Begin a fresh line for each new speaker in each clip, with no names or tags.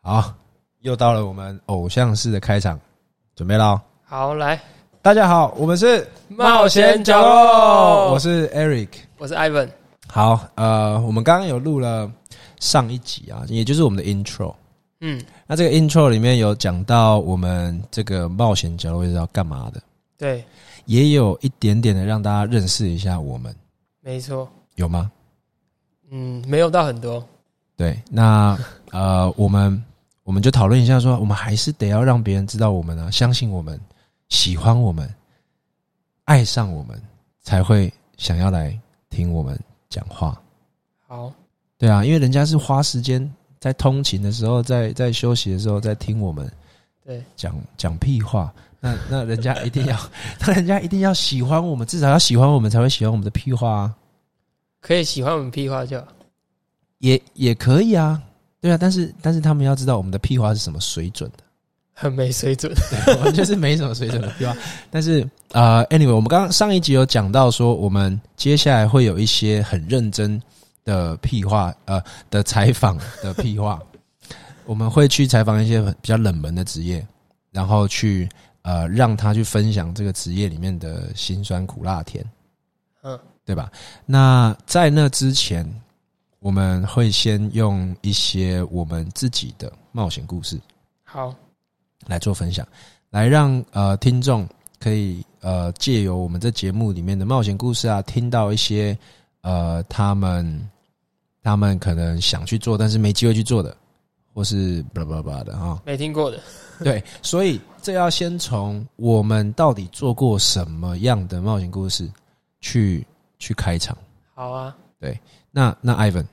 好，又到了我们偶像式的开场，准备喽！
好，来，
大家好，我们是
冒险角落
我是 Eric。
我是 Ivan。
好，呃，我们刚刚有录了上一集啊，也就是我们的 intro。
嗯，
那这个 intro 里面有讲到我们这个冒险角落是要干嘛的，
对，
也有一点点的让大家认识一下我们，
没错。
有吗？
嗯，没有到很多。
对，那呃，我们我们就讨论一下说我们还是得要让别人知道我们啊，相信我们，喜欢我们，爱上我们，才会想要来听我们讲话。
好，
对啊，因为人家是花时间在通勤的时候，在在休息的时候，在听我们
对，
讲讲屁话。那那人家一定要， 那人家一定要喜欢我们，至少要喜欢我们才会喜欢我们的屁话啊，
可以喜欢我们屁话就好。
也也可以啊，对啊。但是但是他们要知道我们的屁话是什么水准。
很没水准。
对我们就是没什么水准的地方。但是呃，anyway，我们刚刚上一集有讲到说，我们接下来会有一些很认真的屁话，呃的采访的屁话，我们会去采访一些很比较冷门的职业，然后去呃让他去分享这个职业里面的辛酸苦辣甜，
嗯，
对吧？那在那之前。我们会先用一些我们自己的冒险故事，
好，
来做分享，来让呃听众可以呃借由我们这节目里面的冒险故事啊，听到一些呃他们他们可能想去做但是没机会去做的，或是巴拉巴拉巴拉的啊、
没听过的。
对，所以这要先从我们到底做过什么样的冒险故事去去开场。
好啊，
那那 Ivan，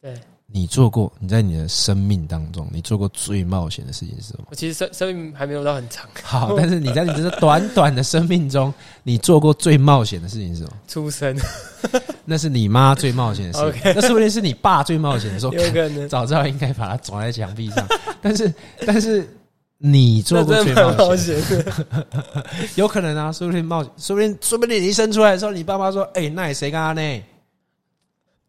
对
你做过你在你的生命当中，你做过最冒险的事情是什么？
我其实生生命还没有到很长，
好，但是你在你这短短的生命中，你做过最冒险的事情是什么？
出生
那是你妈最冒险的事
OK
那说不定是你爸最冒险的时候。
有可 能。
早知道应该把它装在墙壁上，但是但是你做
那
过最
真的蛮
冒
冒
险，
险 的，
有可能啊，说不定冒险，说不定说不定你生出来的时候，你爸妈说：“哎、那你谁干他呢？”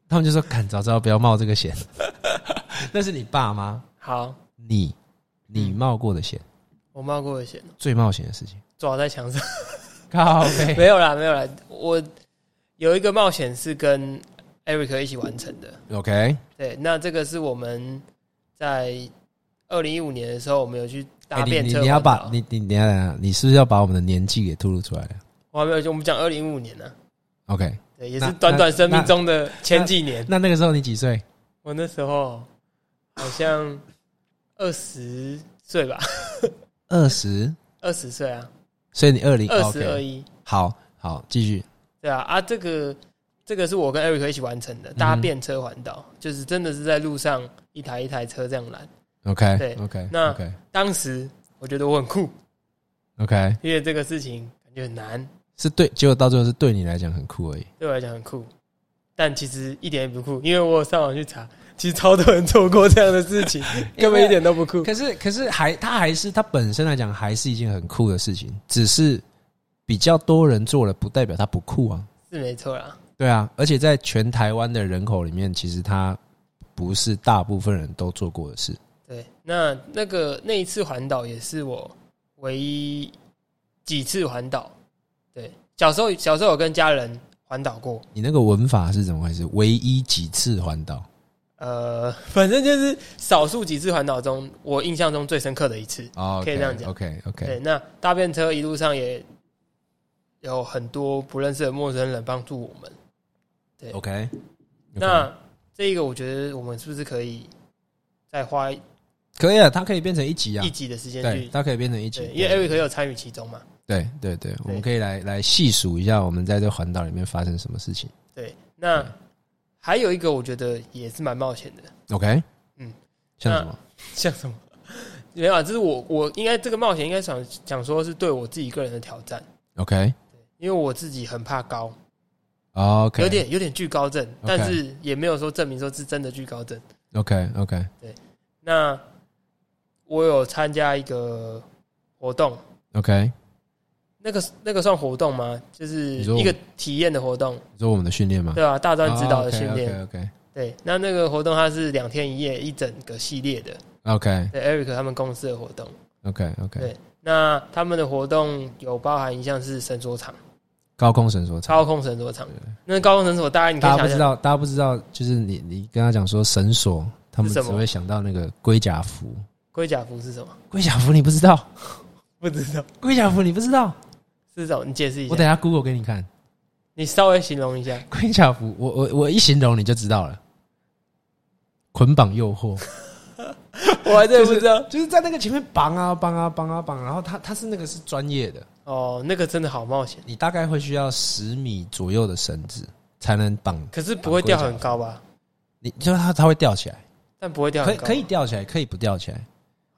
他们就说：“看，早知道不要冒这个险。” 那是你爸妈，
好，
你你冒过的险，
我冒过的险，
最冒险的事情。
抓在墙上。
靠背
没有啦，没有啦。我有一个冒险是跟 Eric 一起完成的。
，OK，
对，那这个是我们在二零一五年的时候，我们有去
哎
搭便哦
你
车
你
环岛。
你要把你你你要你是不是要把我们的年纪给吐露出来了
我还没有，我们讲二零一五年呢、
？OK，
对，也是
那
短短
那
生命
那
中的前几年。
那那个时候你几岁？
我那时候好像二十岁吧，
二十，
二十岁啊，
所以你二零
二十二
OK，
一，
好好继续。
对啊啊，这个这个是我跟 Eric 一起完成
嗯
的，搭便车环岛，就是真的是在路上一台一台车这样拦。
OK
对
OK
那
OK
当时我觉得我很酷，
OK
因为这个事情感觉很难，
是对，结果到最后是对你来讲很酷而已。
对我来讲很酷，但其实一点也不酷，因为我有上网去查，其实超多人做过这样的事情，根本一点都不酷。
可是可是还它还是它本身来讲还是一件很酷的事情，只是比较多人做了，不代表它不酷啊。
是没错啦，
对啊，而且在全台湾的人口里面，其实它不是大部分人都做过的事。
对，那那个那一次环岛也是我唯一几次环岛。对，小时候小时候有跟家人环岛过，
你那个文法是怎么回事？唯一几次环岛？
呃，反正就是少数几次环岛中，我印象中最深刻的一次。
哦
可以这样讲
OK OK，
对，那搭便车一路上也有很多不认识的陌生人帮助我们。对
OK，
那这一个我觉得我们是不是可以再花一
可以啊，它可以变成一集啊，
集的时间
对，
去？
它可以变成一集
对，，因为 Eric 有参与其中嘛。
对对对，我们可以来来细数一下我们在这环岛里面发生什么事情。
对，那
对
还有一个我觉得也是蛮冒险的，
OK，
嗯，
像什么？
像什么？没有啊，这是我我应该这个冒险应该想想说是对我自己个人的挑战，
OK 哦
因为我自己很怕高，
OK，
有点有点惧高症，但是也没有说证明说是真的惧高症。
OK OK，
那我有参加一个活动，
OK，
那个那个算活动吗？就是
你说我
一个体验的活动，
你说我们的训练吗？ 哦
对吧、啊大专指导的训练，
OK OK，
对。那那个活动它是两天一夜一整个系列的，
OK
对 Eric 他们公司的活动。
OK OK，
对那他们的活动有包含一项是绳索场，
嗯高空绳索场，
操控绳索场。那高空绳索，大家你可
大
以
家不
想
知
象，
道，大家不知道，就是你你跟他讲说绳索，他们
是
只
什么
会想到那个龟甲服。
龟甲服是什么？
龟甲服你不知道，
不知道
龟甲服你不知道，
是什么？你解释一
我
下，
等一下 Google 给你看。
你稍微形容 一下。
龟甲服，我我我一形容你就知道了。捆绑诱惑，
我还真的不知道。
就是在那个前面绑啊绑啊绑啊绑，然后他他是那个是专业的，
哦，那个真的好冒险，
你大概会需要十米左右的绳子才能绑，
可是不会掉很高吧？
你就是它它会吊起来，
但不会掉
可
很
以
高。
可以吊起来，可以不吊起来，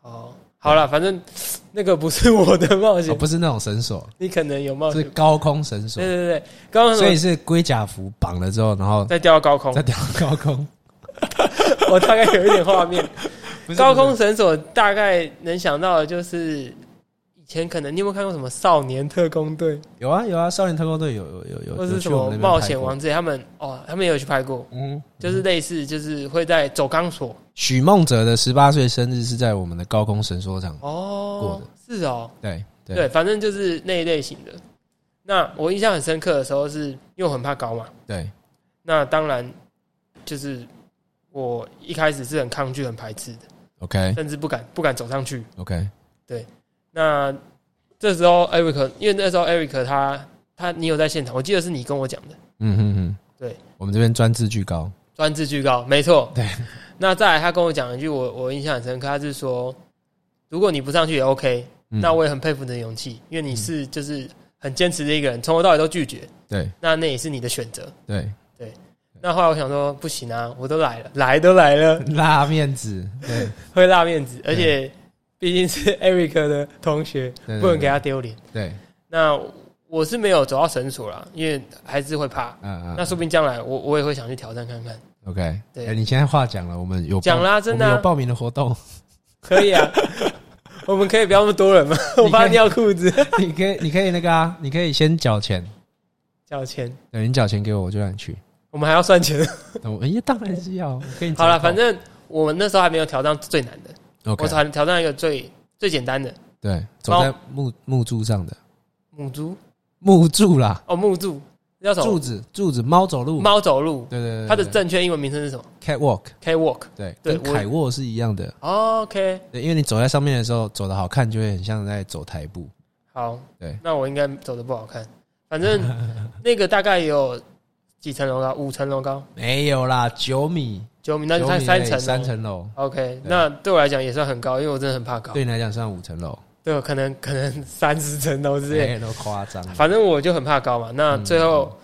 哦，好了，反正 那个不是我的冒
哦
险，
不是那种绳索，
你可能有冒
是
险。
高空绳索
对，对对，刚刚
所以
说
是龟甲服绑了之后，然后
在掉到高空
再，吊高空，
我大概有一点画面。
不是
高
不
空
是
绳索大概能想到的就是以前可能你有没有看过什么少年特工队，
有啊有啊，少年特工队有有有有，
或
有
是
去
什
我
么
们那边
冒
拍
险
过，
王之类，他们哦，他们也有去拍过，
嗯，
就是类似就是会在走钢索
许梦哲的十八岁生日是在我们的高空绳索场，
哦，是哦，
对对
对，反正就是那一类型的。那我印象很深刻的时候是，因为我很怕高嘛。
对，
那当然，就是我一开始是很抗拒、很排斥的，
，OK
甚至不敢不敢走上去。
OK，
那这时候 Eric，因为那时候 Eric 他他你有在现场，我记得是你跟我讲的，
嗯嗯嗯，
对，
我们这边专制巨高，
专制居高，没错。
对。
那再来，他跟我讲一句我我印象很深刻，他是说，如果你不上去也 OK，、
嗯
那我也很佩服你的勇气，因为你是就是很坚持的一个人，从头到尾都拒绝，
对
那那也是你的选择。
对，
那后来我想说，不行啊，我都来了，来都来了，
拉面子，对
会拉面
嗯
子，而且毕 竟是 Eric 的同学，
对
不能给他丢脸。
对，
那我是没有走到绳索啦，因为还是会怕。
嗯
那
嗯
说不定将来我我也会想去挑战看看，
，OK，
对
哎，你现在话讲了，我们有报
讲啦真的啊
我们有报名的活动，
可以啊。 我们可以不要那么多人吗？
以
我怕尿裤子，
你可以你可以那个啊，你可以先缴钱，
交钱，
对你缴钱给我，我就让你去，
我们还要算钱。
那我哎当然是 要，我跟你
好了，
找到
反正我们那时候还没有挑战最难的，
OK，
我挑挑战一个最最简单的
对，走
猫
在木木柱上的
母猪
木柱啦，
哦，木柱那叫什
柱
么？
子柱子，猫走路，
猫走路，
对，对对对，
它的
对
正确英文名称是什么
catwalk，
？K walk。
对，
对
跟
我
凯沃是一样的，
OK，
对，因为你走在上面的时候，走的好看，就会很像在走台步，
好，
对，
那我应该走的不好看。反正那个大概有几层楼高？五层楼高，
没有啦，九米，
九米，那
九
就才
米
三
内
层。哦
三。层楼，
OK，那对我来讲也算很高，因为我真的很怕高。
对你来讲算五层楼，
对，可能可能 三十层楼之类。
没都夸张
反正我就很怕高嘛。那
哎嗯
最后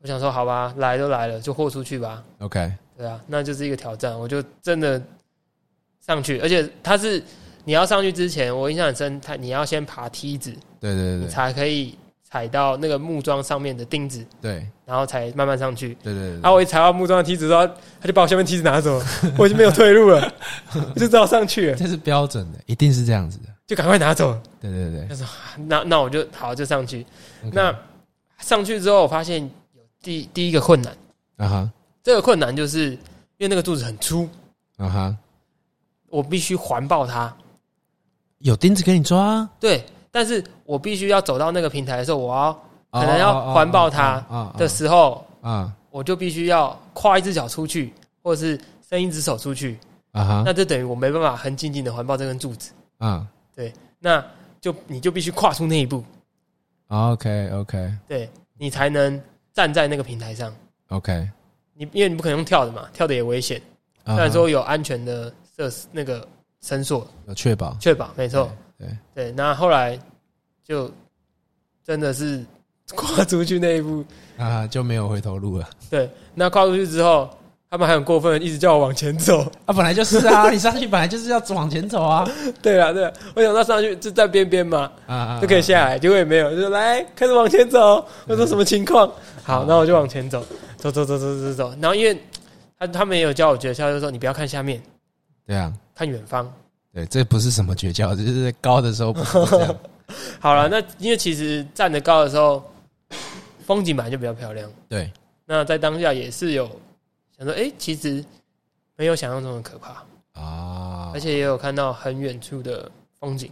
我想说，好吧，来都来了，就豁出去吧。
，OK，
对啊，那就是一个挑战。我就真的上去，而且它是你要上去之前，我印象很深，它你要先爬梯子，
对对
你
对
才可以踩到那个木桩上面的钉子。
对
然后才慢慢上去。
对对对
然后
对，
我一踩到木桩的梯子之后，他就把我下面梯子拿走了， 我就没有退路了，我就只好上去了，
这是标准的，一定是这样子的，
就赶快拿走了。啊
对对对对，
那那我就好就上去。
OK
那上去之后，我发现有第第一个困难，
啊哈
这个困难就是因为那个柱子很粗，
啊哈，
我必须环抱它。
有钉子给你抓啊，
对，但是我必须要走到那个平台的时候，我要
哦
可能要
哦哦
环抱它
哦哦
的时候，
哦啊
我就必须要跨一只脚出去，或者是伸一只手出去。
啊哈
那这等于我没办法很紧紧的环抱这根柱子。
啊
那就你就必须跨出那一步，
，OK OK
对你才能站在那个平台上。
OK，
你因为你不可能用跳的嘛，跳的也危险。
虽
虽然说有安全的设施那个绳索
有确保，
确保，没错，
对对
对。那后来就真的是跨出去那一步，
啊就没有回头路了。
对。那跨出去之后，他们还很过分，一直叫我往前走。
啊，本来就是 啊，你上去本来就是要往前走啊，
对啊，对啊，我想到上去就在边边嘛，
啊啊
就可以下来，结果也没有，就说来开始往前走。我说什么情况？好，那我就往前走，走走走走走走。然后因为他他们也有教我诀窍，就是说你不要看下面，
对啊，
看远方。
对，这不是什么诀窍，就是在高的时候不是这 样。
好了，那因为其实站得高的时候，风景本来就比较漂亮。
对，
那在当下也是有想说，哎、其实没有想象中的可怕。
啊，啊
而且也有看到很远处的风景。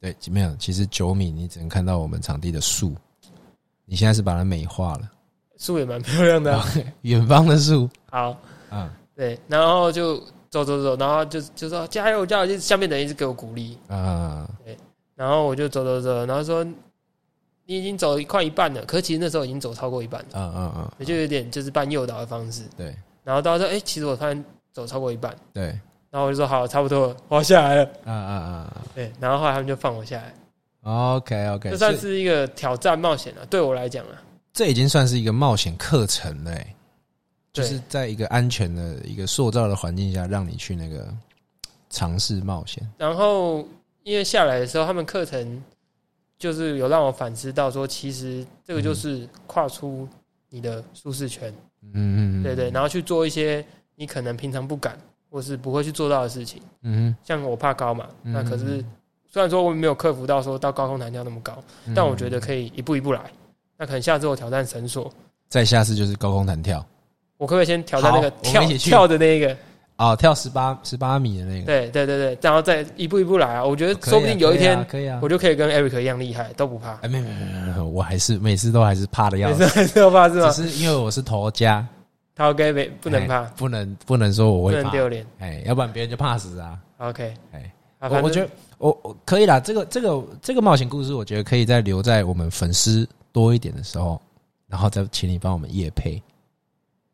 对，没有，其实九米你只能看到我们场地的树，你现在是把它美化了，
树也蛮漂亮的啊、
远方的树，
好，
啊
对，然后就走走走，然后就就说加油加油，就下面的人一直给我鼓励，
啊
然后我就走走走，然后说你已经走快一半了，可其实那时候已经走超过一半了，
啊啊
我就有点就是半诱导的方式，
对
然后到时候哎、诶其实我突然走超过一半，
对，
然后我就说好，差不多了，我要下来了，
啊啊
对，然后后来他们就放我下来，
啊，OK OK，
这算是一个挑战冒险了、对我来讲啊，
这已经算是一个冒险课程了、欸，就
对
是在一个安全的一个塑造的环境下，让你去那个尝试冒险。
然后因为下来的时候，他们课程就是有让我反思到说，其实这个就是
嗯
跨出你的舒适圈，
嗯嗯，嗯
对对，，然后去做一些你可能平常不敢或是不会去做到的事情。
嗯
像我怕高嘛，
嗯
那可是虽然说我没有克服到说到高空弹跳那么高，
哼，
但我觉得可以一步一步来。那可能下次我挑战绳索，
再下次就是高空弹跳
我可不可以先挑战那个
好我
跳
们一起去
跳的那一个？
哦，跳十八十八米的那个，
对对对对，然后再一步一步来啊！我觉得
可以啊
说不定有一天
可以啊，可
我
以啊
就可以跟 Eric 一样厉害，都不怕。
哎，没有没有没有没有，我还是每次都还是怕的要
每
死
次，还是要怕是吗？
只是因为我是头家，
陶哥没不能怕
哎，不能不能说我
不
会
能
怕，
丢脸。
哎，要不然别人就怕死啊。
OK，
哎
啊，
我
反
我
正
觉得我我可以啦，这个这个这个冒险故事，我觉得可以再留在我们粉丝多一点的时候，然后再请你帮我们夜配，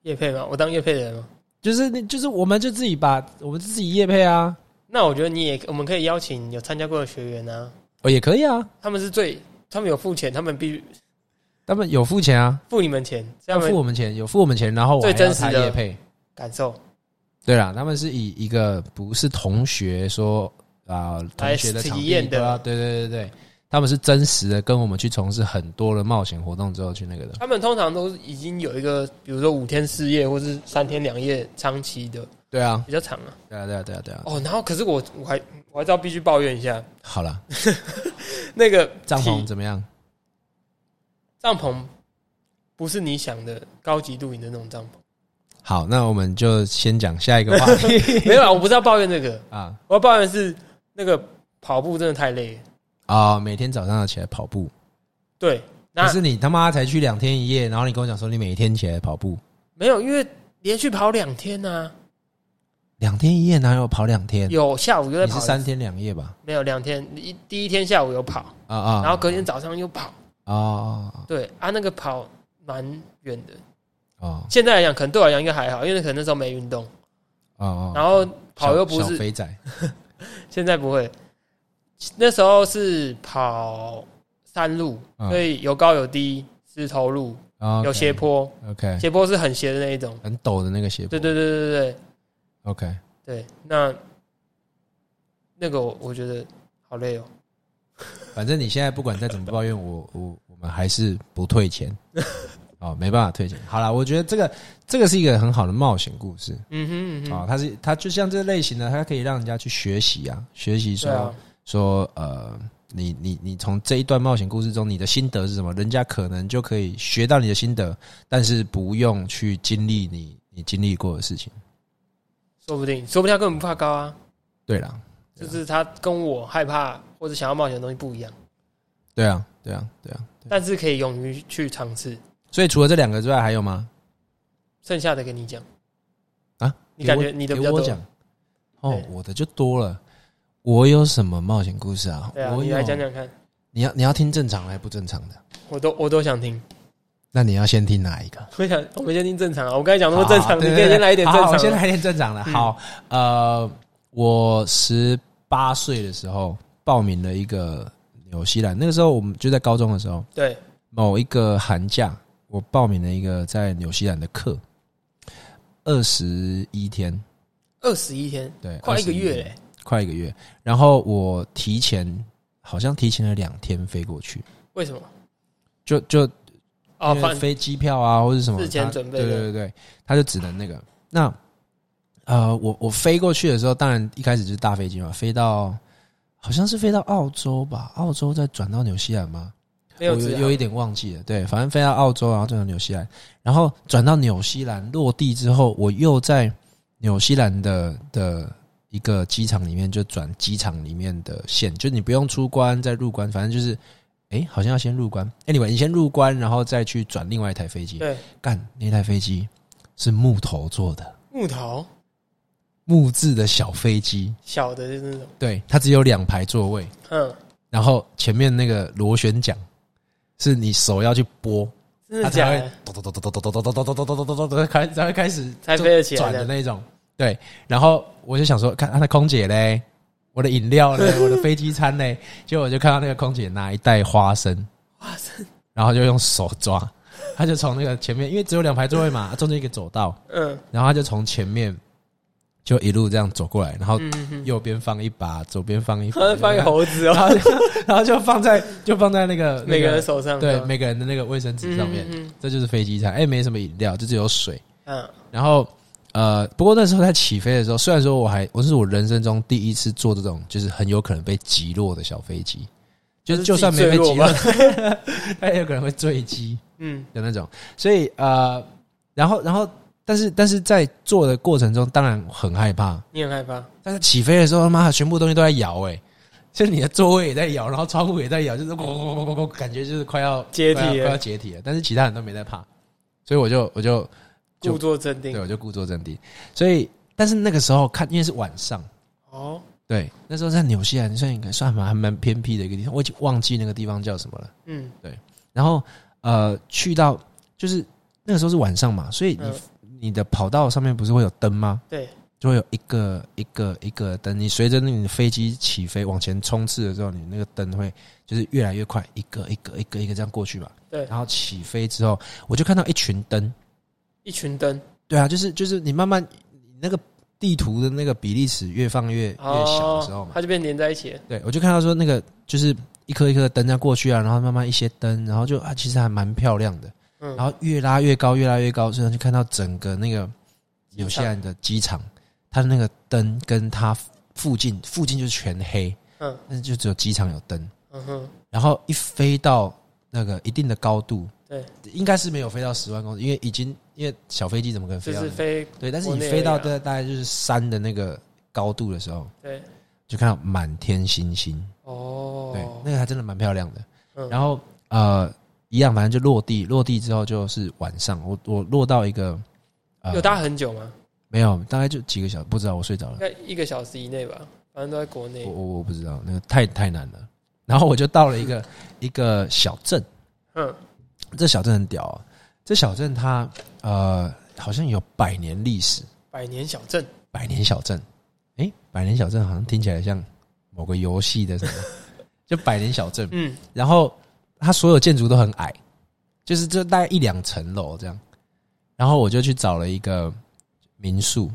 叶配嘛，我当叶配的人嘛。
就是那就是我们就自己把我们自己夜配啊，
那我觉得你也，我们可以邀请有参加过的学员啊，
哦也可以啊，
他们是最，他们有付钱，他们必须
他们有付钱啊，
付你们钱，让
要
他
付
们
我们钱，有付我们钱，然后我还
最真实
要
的
他夜配，
感受
对啦，他们是以一个不是同学说啊、同学的场
体
地
验的
对啊，对对对对，他们是真实的跟我们去从事很多的冒险活动之后去那个的，
他们通常都已经有一个，比如说五天四夜或是三天两夜长期的，
对啊，
比较长啊。
对啊对啊对啊对啊，
哦，然后可是我我还我还是要必须抱怨一下，
好了，
那个
帐篷
体
怎么样？
帐篷不是你想的高级露营的那种帐篷。
好，那我们就先讲下一个话 题
没有啊，我不是要抱怨这个，
啊
我要抱怨是那个跑步真的太累了。
啊！每天早上要起来跑步，
对，那
可是你他妈才去两天一夜，然后你跟我讲说你每天起来跑步，
没有，因为连续跑两天呢、
两天一夜哪有跑两天？
有下午又在
嗯你是
跑一次，
三天两夜吧？
没有两天，一第一天下午有跑，
啊啊！
然后隔天早上又跑，
啊
对啊，那个跑蛮远的。
啊
现在来讲，可能对我来讲应该还好，因为可能那时候没运动，
啊啊！
然后跑又
小
不
小
是，
肥仔
现在不会，那时候是跑山路，
嗯
所以有高有低，石头路
啊
有斜坡，
，OK，
斜坡是很斜的那一种。
很陡的那个哎斜坡，
对对对对对
，OK，
对，那那个我我觉得好累哦。
反正你现在不管再怎么抱怨，我我我们还是不退 钱，哦，没办法退钱。好了，我觉得这个这个是一个很好的冒险故事。
嗯哼嗯哼，
啊，它是它就像这类型的，它可以让人家去学习啊，学习
对
说、
啊，
说呃，你你你从这一段冒险故事中，你的心得是什么？人家可能就可以学到你的心得，但是不用去经历你你经历过的事情。
说不定，说不定他根本不怕高啊，
对啦，对
就
啊
是他跟我害怕或者想要冒险的东西不一样，
对啊，对啊，对啊。对
但是可以勇于去尝试。
所以除了这两个之外，还有吗？
剩下的给你讲
啊，
你感
给
觉
我
你的比
给
较
我
多，
讲哦
对，
我的就多了。我有什么冒险故事啊？
对啊，
我
你
有
来讲讲看，
你要你要听正常还是不正常的？
我都我都想听，
那你要先听哪一个？
我想我们先听正常啊，我刚才讲那么正
好
常，你
对
可
对
以
对
先来一点正
好我
常
先
的，嗯
来一点正常的。好，呃，我十八岁的时候报名了一个纽西兰，那个时候我们就在高中的时候，
对，
某一个寒假，我报名了一个在纽西兰的课，二十一天，
二十一天，
对，
快一个
21
月
天
嘞，
快一个月。然后我提前，好像提前了两天飞过去，
为什么？
就就
哦，
因为
反
飞机票啊，或者什么
事前
他
准备
对
的
对对对，他就只能那个。那呃，我我飞过去的时候，当然一开始就是大飞机嘛，飞到好像是飞到澳洲吧，澳洲再转到纽西兰吗？
没有啊
我
自
有
由
有一点忘记了。对，反正飞到澳洲，然后转到纽西兰，然后转到纽西兰落地之后，我又在纽西兰的的一个机场里面就转机场里面的线，就你不用出关再入关，反正就是，哎、好像要先入关。Anyway，你先入关，然后再去转另外一台飞机。
对，
干那台飞机是木头做的，
木头
木质的小飞机，
小的就是那种，
对，它只有两排座位，
嗯，
然后前面那个螺旋桨是你手要去拨，
真
它
的
才
假
会
的？
咚咚咚咚咚咚咚咚咚咚咚咚咚咚咚开才会开始
才飞得起
转
来
的那种。对，然后我就想说，看啊，那空姐嘞，我的饮料嘞，我的飞机餐嘞，结果我就看到那个空姐拿一袋花生，
哇塞，
然后就用手抓，她就从那个前面，因为只有两排座位嘛，中间一个走道，
嗯
然后她就从前面就一路这样走过来，然后
嗯嗯，
右边放一把，左边放一把
好，像放一个猴子哦，
然后就然后就放在就放在那个
每
那
个人
个
手上
对
嗯
每个人的那个卫生纸上面，
嗯嗯
这就是飞机餐。哎、没什么饮料，就只有水。
嗯
然后呃，不过那时候在起飞的时候，虽然说我还我是我人生中第一次坐这种就是很有可能被击落的小飞机，就
就是
就算
自己
没被击
坠落
落， 它也有可能会坠机
嗯
的那种。所以呃，然后然后但是但是在做的过程中，当然很害怕，
你很害怕，
但是起飞的时候，妈的，全部东西都在摇、欸，哎，就是你的座位也在摇，然后窗户也在摇，就是咕咕咕咕咕咕，感觉就是快要
解体
快要
了
快要解体了。但是其他人都没在怕，所以我就我就就
故作镇
对
定
我就故作镇定。所以，但是那个时候看，因为是晚上，
哦，
对，那时候在纽西兰，算应该算蛮还蛮偏僻的一个地方，我已经忘记那个地方叫什么了。
嗯
然后呃，去到就是那个时候是晚上嘛，所以你、
嗯
你的跑道上面不是会有灯吗？
对，
就会有一个一个一个灯。你随着那你飞机起飞往前冲刺的时候，你那个灯会就是越来越快，一个一个一个一个这样过去嘛。
对
然后起飞之后，我就看到一群灯。
一群灯
对啊，就是就是你慢慢你那个地图的那个比例尺越放越越小的时候
哦
嘛，，
它就变连在一起了，
对，我就看到说那个就是一颗一颗的灯这样过去啊，然后慢慢一些灯，然后就啊其实还蛮漂亮的，
嗯，
然后越拉越高，越拉越高，所以就看到整个那个纽西兰的机场，它的那个灯跟它附近附近就是全黑，
嗯
但是就只有机场有灯，
嗯哼，
然后一飞到那个一定的高度，
对，
应该是没有飞到十万公尺，因为已经因为小飞机怎么可能
就
飞到那
是
么高？
飞
对，但是
国
你
内
飞到
而已啊
大大概就是山的那个高度的时候，
对
就看到满天星星，对，
哦，
那个还真的蛮漂亮的。
嗯
然后呃，一样，反正就落地，落地之后就是晚上，我我落到一个呃
有搭很久吗？
没有，大概就几个小时，不知道我睡着了
应，该一个小时以内吧，反正都在国内
我，我我不知道，那个太太难了。然后我就到了一 个一个小镇，
嗯
这小镇很屌啊，这小镇它呃好像有百年历史，
百年小镇，
百年小镇，诶，百年小镇好像听起来像某个游戏 的什么，就百年小镇。
嗯，
然后它所有建筑都很矮，就是就大概一两层楼这样。然后我就去找了一个民宿，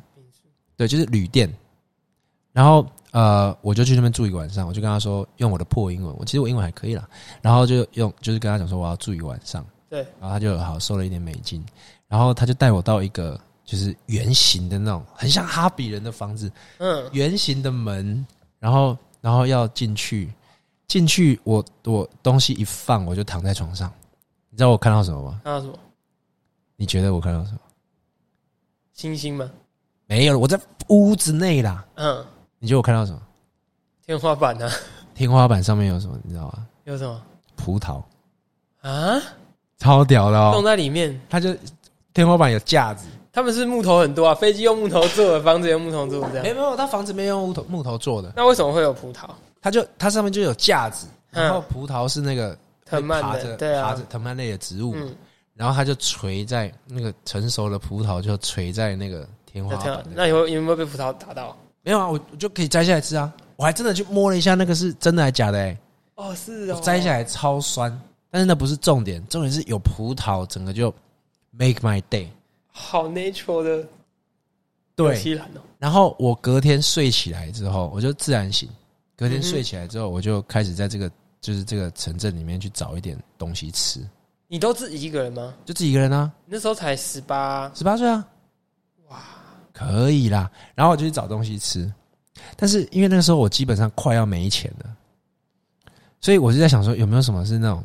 对，就是旅店。然后呃，我就去那边住一个晚上，我就跟他说用我的破英文，我其实我英文还可以啦。然后就用就是跟他讲说我要住一个晚上，
对，
然后他就好收了一点美金，然后他就带我到一个就是圆形的那种很像哈比人的房子，
嗯
圆形的门，然后然后要进去，进去我我东西一放我就躺在床上，你知道我看到什么吗？
看到什么
你觉得我看到什么？
星星吗？
没有，我在屋子内啦。
嗯，
你觉得我看到什么？
天花板呢？
天花板上面有什么？你知道吗？
有什么
葡萄，
啊？
超屌的
洞
哦！
在里面，
它就天花板有架子，
他们是木头很多啊，飞机用木头做的，房子用木头做的，这
没
样。
有没有，它房子没有用木头木头做的，
那为什么会有葡萄
它就它上面就有架子，
嗯
然后葡萄是那个
藤蔓
爬
的？
着
对
爬
啊
着，藤蔓类的植物嘛，
嗯，
然后它就垂在那个成熟的葡萄就垂在那个天花
那天
板
啊
那里。
那以后你有没有被葡萄打到？
没有啊，我我就可以摘下来吃啊。我还真的去摸了一下，那个是真的还假的、欸？
哦，是
我
哦，
摘下来超酸，但是那不是重点，重点是有葡萄，整个就 make my day。
好 natural 的纽
对，
西兰哦，
然后我隔天睡起来之后，我就自然醒。隔天睡起来之后，我就开始在这个就是这个城镇里面去找一点东西吃，
你都自己一个人吗？
就自己一个人啊，
你那时候才十八，
十八岁啊，
哇，
可以啦。然后我就去找东西吃，但是因为那个时候我基本上快要没钱了，所以我就在想说有没有什么是那种，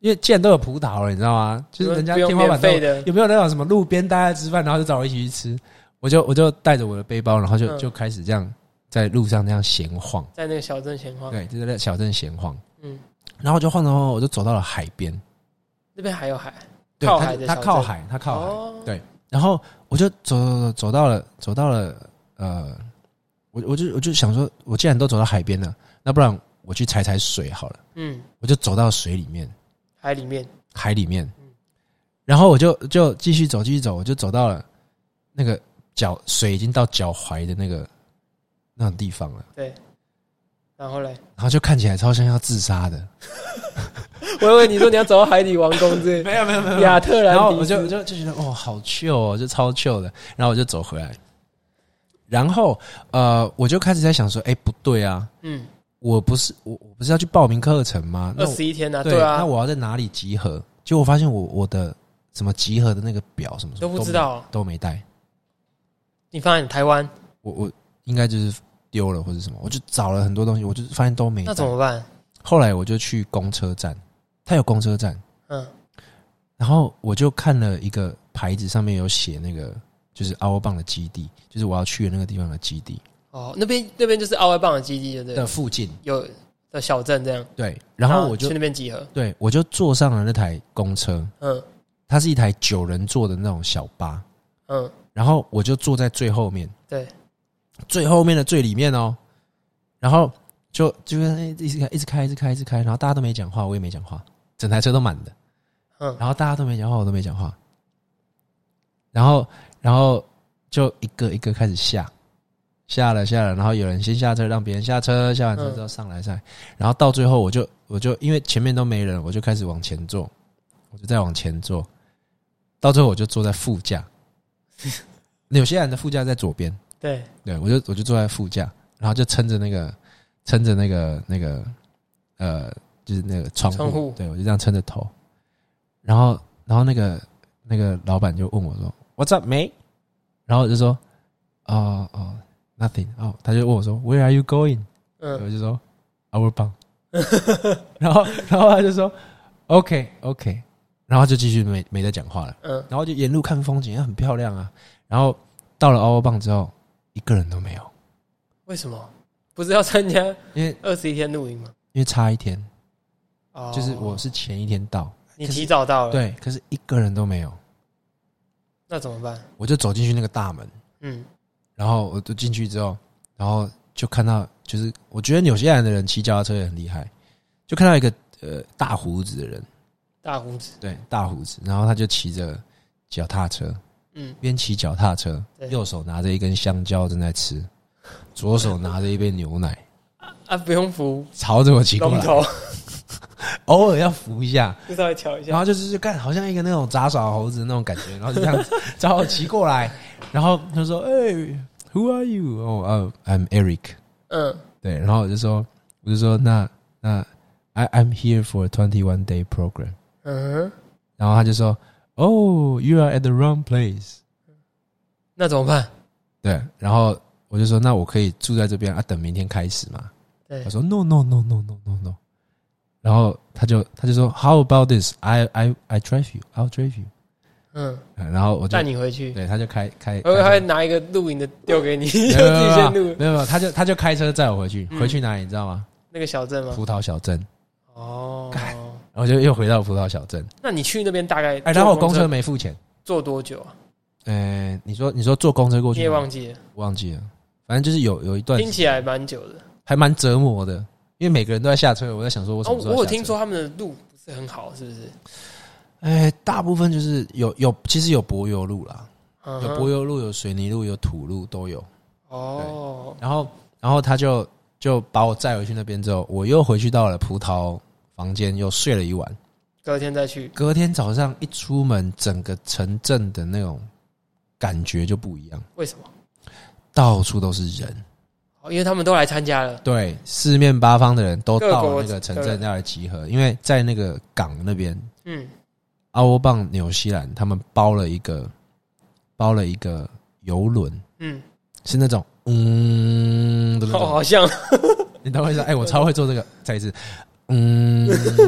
因为既然都有葡萄了，你知道吗？就是人家
不用
天花板
免
都
费
有
的，
有没有那种什么路边大家吃饭，然后就找我一起去吃，我就我就带着我的背包，然后就
嗯
就开始这样在路上那样闲晃，
在那个小镇闲晃，
对，就在那小镇闲晃。
嗯，
然后我就晃着晃着，我就走到了海边，
那边还有海，
对，
靠
它
海的
它
小
靠
镇
海，它靠海。
哦，
对然后我就走走走走到了，走到了呃，我我就我就想说，我既然都走到海边了，那不然我去踩踩水好了。
嗯，
我就走到水里面，
海里面，
海里面
嗯，
然后我就就继续走，继续走，我就走到了那个脚水已经到脚踝的那个那种地方了，
然后嘞，
然后就看起来超像要自杀的，
我以为你说你要走到海底王宫之类，
没有没有没
亚特兰
然
蒂斯，
后我就我就就觉得哦，好 chill 哦，就超 chill 的。然后我就走回来，然后呃，我就开始在想说，哎、不对啊，
嗯，
我不是我我不是要去报名课程吗？那
二
我
十一天啊，
对
对啊
那，我要在哪里集合？结果我发现我我的什么集合的那个表什么什
都
么
不知
没
道，
都没带，
你放在台湾，
我我应该就是丢了或者什么，我就找了很多东西，我就发现都没带
那怎么办？
后来我就去公车站，它有公车站，
嗯，
然后我就看了一个牌子，上面有写那个就是阿欧棒的基地，就是我要去的那个地方的基地
哦，那边那边就是奥外棒的基地，对不对
的？附近。
有的小镇这样，
对，然后我就
啊去那边集合，
对我就坐上了那台公车，
嗯
它是一台九人座的那种小巴，
嗯，
然后我就坐在最后面，
对，
最后面的最里面哦，然后就就是一直开一直开一直开一直开，然后大家都没讲话，我也没讲话，整台车都满的，
嗯
然后大家都没讲话，我都没讲话，然后然后就一个一个开始下，下了下了，然后有人先下车，让别人下车，下完车之后上来上来，然后到最后我就我就因为前面都没人，我就开始往前坐，我就再往前坐，到最后我就坐在副驾，纽西兰的副驾在左边，
对，
对我就我就坐在副驾，然后就撑着那个撑着那个那个呃，就是那个窗户，
窗户
对我就这样撑着头，然后然后那个那个老板就问我说：“What's up, mate？” 然后我就说：“哦哦，nothing。”哦，他就问我说：“Where are you going？”
嗯，
我就说 “Our b a n g 然后然后他就说：“OK OK。”然后就继续没没再讲话了。
嗯，
然后就沿路看风景，很漂亮啊。然后到了 o 欧棒之后，一个人都没有，
为什么不是要参加
因为
二十一天露营吗？
因为差一天，
哦，
就是我是前一天到，
你
可是
提早到了，，
对，可是一个人都没有，
那怎么办？
我就走进去那个大门，
嗯，
然后我就进去之后，然后就看到，就是我觉得纽西兰的人骑脚踏车也很厉害，就看到一个呃大胡子的人，
大胡子，
对，大胡子，然后他就骑着脚踏车，
嗯，
边骑脚踏车，
对
右手拿着一根香蕉正在吃，左手拿着一杯牛奶。
啊，不用扶
朝着我骑过
龙
来，
头，
偶尔要扶一下，
就稍微瞧一
然
下，
后就是就干，好像一个那种杂耍猴子那种感觉，然后就这样子朝我骑过来，然后他说：“哎、w h o are you？” 哦、oh, i m Eric。
嗯，
对，然后我就说，我就说，那那 I I'm here for a twenty one day program。
嗯哼，
然后他就说：“Oh, you are at the wrong place。”
那怎么办？
对，然后我就说：“那我可以住在这边啊，等明天开始嘛。”
对
他，说 no no no no no no no，然后他就他就说 how about this I I I drive you I'll drive you，
嗯，
嗯然后我就
带你回去，
对他就开开，
我
开
还会拿一个露营的丢给你，就 自
没
己
有没有
先
没有
录
没有没有他就他就开车载我回去，
嗯
回去哪里你知道吗？
那个小镇吗？
葡萄小镇，
哦，
然后就又回到葡萄小镇，
那你去那边大概
哎，然后我公
坐
车没付钱，
坐多久啊？
呃，你说你说坐公车过
你
去
也
吗，
忘记了，
我忘记了，反正就是有有一段
听起来蛮久的。
还蛮折磨的，因为每个人都在下车，我在想说我什
哦，
么时候
我有
下
听
车
说他们的路不是很好，是不是？
哎，大部分就是有有其实有柏油路啦，
嗯
有
哼
柏油路，有水泥路，有土路都有。
哦，
然后，然后他就就把我载回去那边之后，我又回去到了葡萄房间，又睡了一晚。
隔天再去，
隔天早上一出门，整个城镇的那种感觉就不一样，
为什么？
到处都是人，
哦，因为他们都来参加了。
对，四面八方的人都
各
到
国
了那个城
的
镇
人
要来集合，因为在那个港那边，
嗯，
阿欧棒纽西兰他们包了一个包了一个游轮，
嗯，
是那种嗯的那
哦，
种
好像
你都会说，哎、我超会做这个，再一次，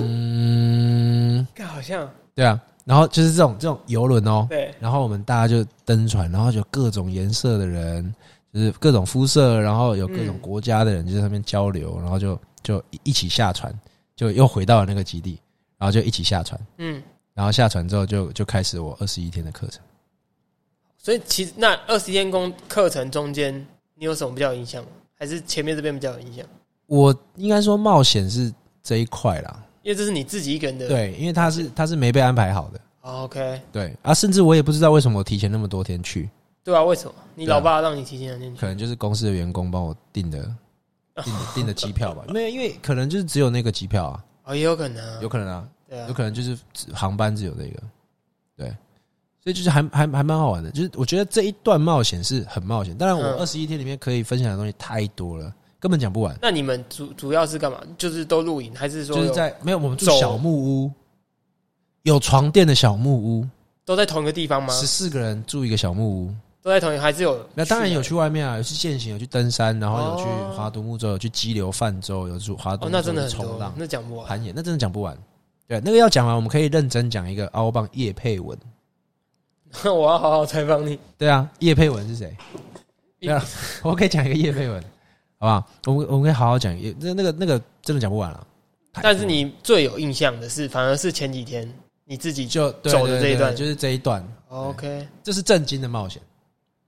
嗯，
干好像
对啊，然后就是这种这种游轮哦，
对，
然后我们大家就登船，然后就各种颜色的人，就是各种肤色，然后有各种
嗯
国家的人就在那边交流，然后就就一一起下船，就又回到了那个基地，然后就一起下船，
嗯，
然后下船之后就就开始我二十一天的课程。
所以其实那二十天工课程中间，你有什么比较有印象吗？还是前面这边比较有印象？
我应该说冒险是这一块啦，
因为这是你自己一个人的。
对，因为他是他是没被安排好的，
哦，OK，
对啊，甚至我也不知道为什么我提前那么多天去，
对啊，为什么你
对啊
老爸让你提前进去
可？能就是公司的员工帮我订的订的订的机票吧，没有，因为可能就是只有那个机票啊，
哦，也有可能啊，
有可能啊，
对啊
有，可能就是只航班只有那个，对，所以就是还还还蛮好玩的。就是我觉得这一段冒险是很冒险，当然我
嗯
二十一天里面可以分享的东西太多了，根本讲不完。
那你们主主要是干嘛？就是都露营，还是说
就是
有
在没有我们住
走
小木屋，有床垫的小木屋，
都在同一个地方吗？
十四个人住一个小木屋。
都在同一个，还是有？
那当然有去外面啊，有去践行，有去登山，然后有去
哦
华独木舟，有去激流泛舟，有去华独木
哦，
舟
那真的很
冲
多
浪，、
那讲不完。
攀岩，那真的讲不完。对，啊那个要讲完，我们可以认真讲一个凹棒叶佩文。
我要好好采访你。
对啊，叶佩文是谁？对啊，我可以讲一个叶佩文， 好不好？我们我们可以好好讲一，那那个那个真的讲不完啊了。
但是你最有印象的是，反而是前几天你自己
就对
走的这一
对对
段
就是这一段，
OK，
这是震惊的冒险。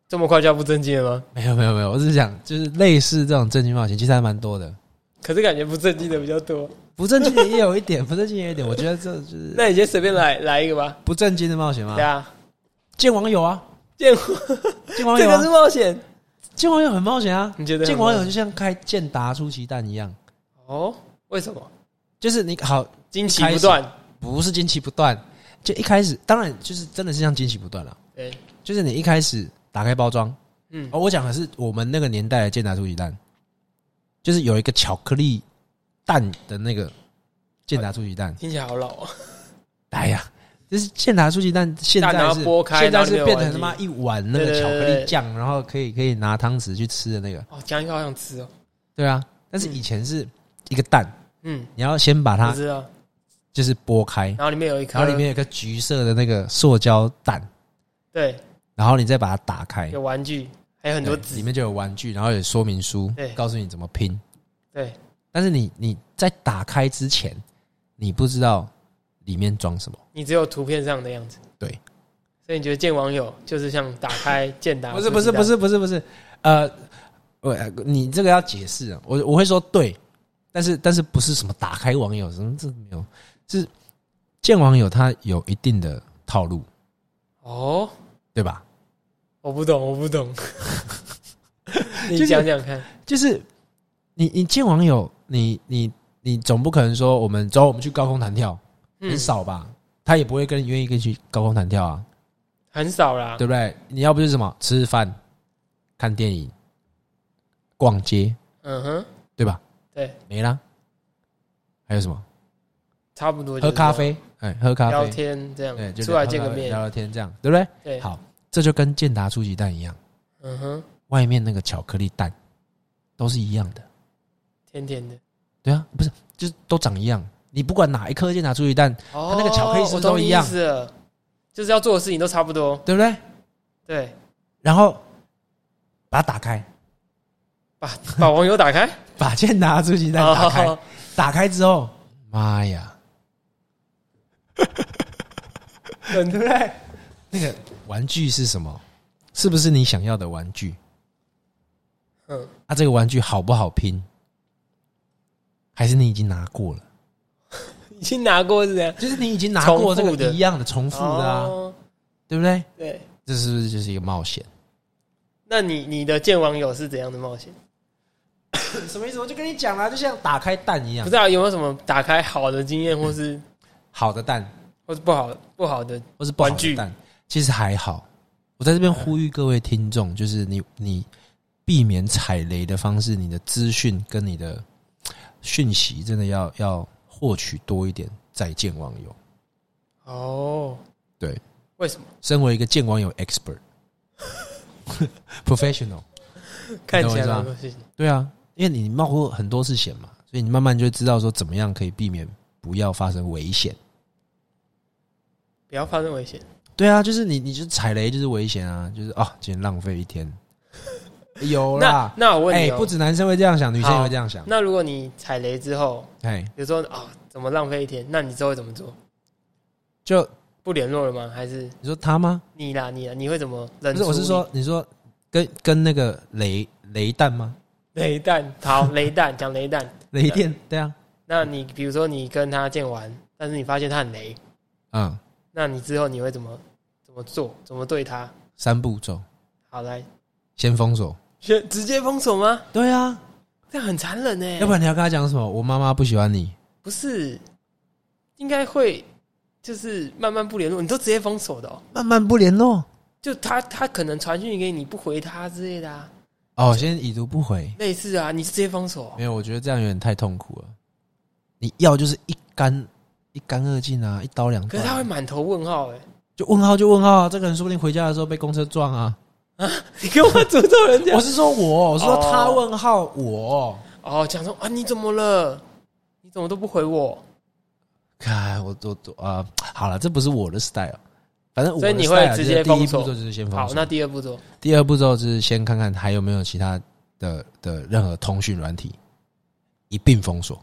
这么快就要不正经了吗？
没有没有没有，我只是讲就是类似这种震惊冒险，其实还蛮多的。
可是感觉不正经的比较多。
不正经的也有一点，不正经也有一点。我觉得这就是
那你先随便来来一个吧。
不正经的冒险吗
对？啊，
见网友啊，
见
见网
这
友
个是
啊，
冒险，
见网友很冒险啊。
你觉得很
见网
冒
友
险
就像开健达出奇蛋一样，
哦？为什么
就是你好
惊奇不断？
不是惊奇不断，就一开始当然就是真的是像惊奇不断了。
对，
就是你一开始打开包装，
嗯
哦，我讲的是我们那个年代的健达出奇蛋，就是有一个巧克力蛋的那个健达出奇蛋。
听起来好老哦。
哎呀，就是健达出奇蛋现
蛋然
在
后
是
剥开
现在
然
是
后
变
里面
成
有
他
玩
妈一碗那
对
个
对
巧克
对
力
对
酱，然后可以可以拿汤匙去吃的那个。
哦，讲一个好想吃哦。
对啊，但是
嗯
以前是一个蛋，
嗯，
你要先把
我
它
知道。
就是剥开，
然后里面有一颗，
啊然后里面有一个橘色的那个塑胶蛋，
对
然后你再把它打开，
有玩具，还有很多
对
纸
里。面就有玩具，然后有说明书
对，
告诉你怎么拼。
对，
但是你你在打开之前，你不知道里面装什么。
你只有图片上的样子。
对，
所以你觉得见网友就是像打开 健达？
不是不是不，是不是不是，呃，我你这个要解释啊，我我会说对，但是但是不是什么打开网友什么这没有，是见网友他有一定的套路，
哦，
对吧？
我不懂，我 不懂。
就
你
是
讲讲看，
就是你你见网友，你你你总不可能说我们走我们去高空弹跳，很
嗯，
少吧？他也不会跟愿意跟你去高空弹跳啊，
很少啦。
对不对？你要不就是什么吃饭、看电影、逛街，
嗯哼，
对吧？
对，
没啦。还有什么？
差不多就是
喝咖啡，哎，喝
这
咖
样聊
啡，
天这
对，
样，
就
出来
聊
见个
聊
面
聊，聊天，这样对不对？
对，
好，这就跟健达出奇蛋一样，
嗯哼，
外面那个巧克力蛋都是一样的，
甜甜的。
对啊，不是，就是都长一样。你不管哪一颗健达出奇蛋，
哦
那个巧克力是不是都一样
我懂你意思了就是要做的事情都差不多。
对不对？
对，
然后把它打开，
把把网友打开，哦
把健达出奇蛋打开，打开之后，妈呀，
对不对？
那个玩具是什么？是不是你想要的玩具？
嗯，
啊，这个玩具好不好拼？还是你已经拿过了？
已经拿过是这样，
就是你已经拿过这
重复
个
的
一样的重复的啊，
哦
对不对？
对，
这是不是就是一个冒险？
那你你的见网友是怎样的冒险？
什么意思？我就跟你讲啦，就像打开蛋一
不
样
知，道有没有什么打开好的经验，或是
好的蛋
或是不好不好的？
或是不好
玩具
的蛋，其实还好。我在这边呼吁各位听众，就是你你避免踩雷的方式，你的资讯跟你的讯息真的要要获取多一点。再见网友，
哦，
对，
为什么？
身为一个见网友 expert professional，
看起
懂我意
来
思吗
没东西。
对啊，因为你冒过很多次险嘛，所以你慢慢就会知道说怎么样可以避免不要发生危险。
不要发生危险。
哦对啊，就是你，你就踩雷就是危险啊，就是啊，今天浪费一天，有
那
啦。
那我问
哎
你、，哦
不止男生会这样想，女生也会这样想。
那如果你踩雷之后，
哎，
比如说啊、怎么浪费一天？那你之后会怎么做？
就
不联络了吗？还是
你说他吗？
你啦你啦，你会怎么忍
不
住
是，
你？
我是说，你说跟跟那个雷雷弹吗？
雷弹，好雷弹，讲雷弹。
雷电？对啊，
那你比如说你跟他见完，但是你发现他很雷，
嗯，
那你之后你会怎么怎么做？怎么对他？
三步骤，
好来，
先封锁。
先直接封锁吗？
对啊，
这样很残忍欸呢。
要不然你要跟他讲什么？我妈妈不喜欢你。
不是，应该会就是慢慢不联络，你都直接封锁的哦。
慢慢不联络。
就他他可能传讯给你，你不回他之类的啊，
哦，先已读不回。
类似啊，你直接封锁
没。有，我觉得这样有点太痛苦了。你要就是一干一干二净啊，一刀两
可是他会
断。
满头问号哎、
就问号就问号啊，这个人说不定回家的时候被公车撞 啊。
你给我诅咒人家
我是说我，我是说他
哦
问号我。
哦，讲说啊你怎么了？你怎么都不回我？
看我我我啊、好了，这不是我的 style。反正我的
所以你
style 啊
会直
就是
接
第一
封
步
锁
骤就是先封
好，
锁，
那第二步骤
第二步骤就是先看看还有没有其他的的任何通讯软体一并封锁。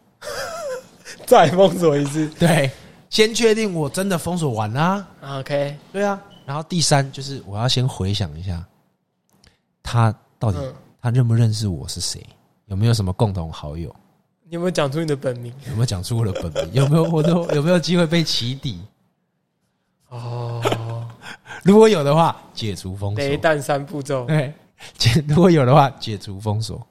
再封锁一次。
对，先确定我真的封锁完啦、
OK，
对啊，然后第三就是我要先回想一下，他到底、
嗯，
他认不认识我是谁，有没有什么共同好友，
你有没有讲出你的本名？
有没有讲出我的本名，有没有我都有没有机会被起底？
哦，
如果有的话，解除封锁。
雷弹三步骤，
对，解如果有的话，解除封锁。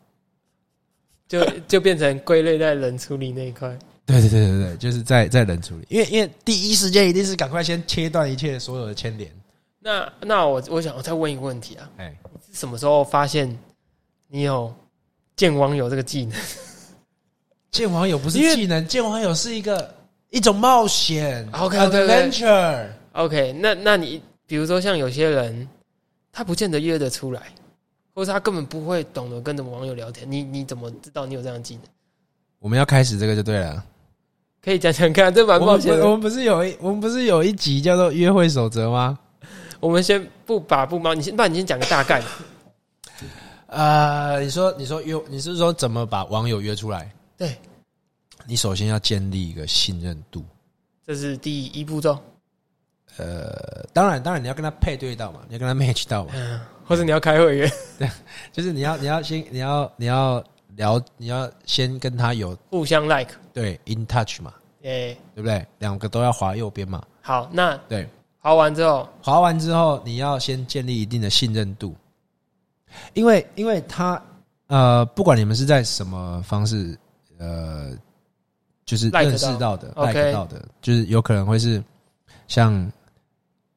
就就变成归类在冷处理那一块。
对对对对对，就是在在冷处理，因为因为第一时间一定是赶快先切断一切所有的牵连。
那那我我想我再问一个问题啊，
哎，
是什么时候发现你有见网友这个技能？
见网友不是
因为
技能，见网友是一个一种冒险
OK，OK，OK
adventure。
OK，那那你比如说像有些人，他不见得约得出来，或是他根本不会懂得跟着网友聊天，你你怎么知道你有这样的技能？
我们要开始这个就对了。
可以讲讲看，这蛮
我们
冒
不
险
我
的。
们不是有一我们不是有一集叫做《约会守则》吗？
我们先不把不猫，你先，不然你先讲个大概。
呃，你说你说约，你是说怎么把网友约出来？
对，
你首先要建立一个信任度。
这是第一步骤，
呃，当然，当然你要跟他配对到嘛，你要跟他 match 到嘛，
嗯，或者你要开会员，
就是你要你要先你要你要聊，你要先跟他有
互相 like，
对 in touch 嘛，
诶、
对不对？两个都要滑右边嘛，
好，那
对。
划完之后，
滑完之后，你要先建立一定的信任度，因为因为他呃，不管你们是在什么方式，呃，就是
赖得到
认识到的、赖
OK
得到的，就是有可能会是像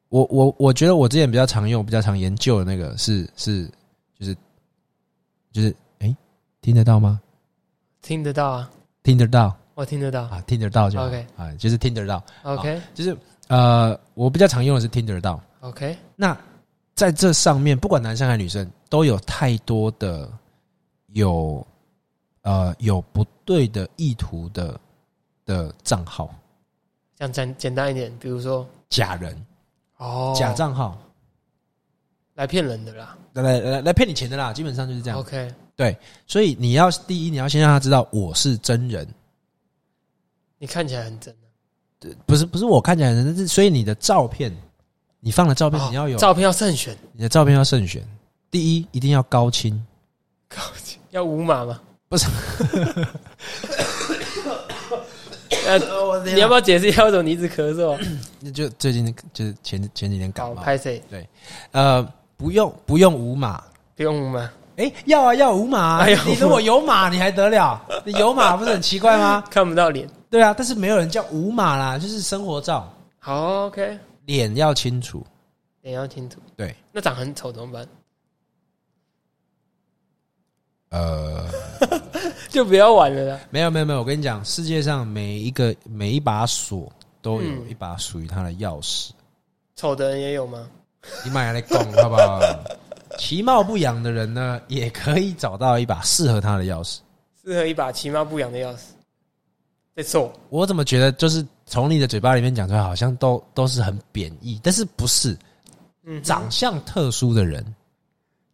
我我我觉得我之前比较常用、比较常研究的那个是是就是就是哎、诶听得到吗？
听得到啊，
听得到
我听得到
啊，听得到就好
OK
啊，就是听得到，
，OK
就是呃，我比较常用的是听得到。
OK，
那在这上面，不管男生还是女生，都有太多的有呃有不对的意图的的账号，
讲简简单一点，比如说
假人、
哦，
假账号，
来骗人的啦
来来来来骗你钱的啦，基本上就是这样。
，OK，
所以你要第一，你要先让他知道我是真人，
你看起来很真。
不是不是我看起来人，但是所以你的照片，你放的照片
哦
你要有，
照片要慎选，
你的照片要慎选。第一，一定要高清，
要无码嘛？
不是？
呃， 你要不要解释一下为什么你一直咳嗽啊？
那就最近就是前前几天感
好，
冒，
拍谁？
呃，不用不用无码，
不用无码，
哎、要啊要无码、啊，
哎呦
你如果有码你还得了？你有码不是很奇怪 吗？
看不到脸。
对啊，但是没有人叫无码啦，就是生活照，
好，OK，
脸要清楚，
脸要清楚。
对，
那长很丑怎么办？
呃，
就不要玩了啦。
没有没有没有，我跟你讲，世界上每一个每一把锁都有
嗯
一把属于它的钥匙，
丑的人也有吗？
你买来供好不 好？其貌不扬的人呢，也可以找到一把适合他的钥匙。
适合一把其貌不扬的钥匙。在瘦，
我怎么觉得就是从你的嘴巴里面讲出来，好像都都是很贬义，但是不是
嗯哼，
长相特殊的人。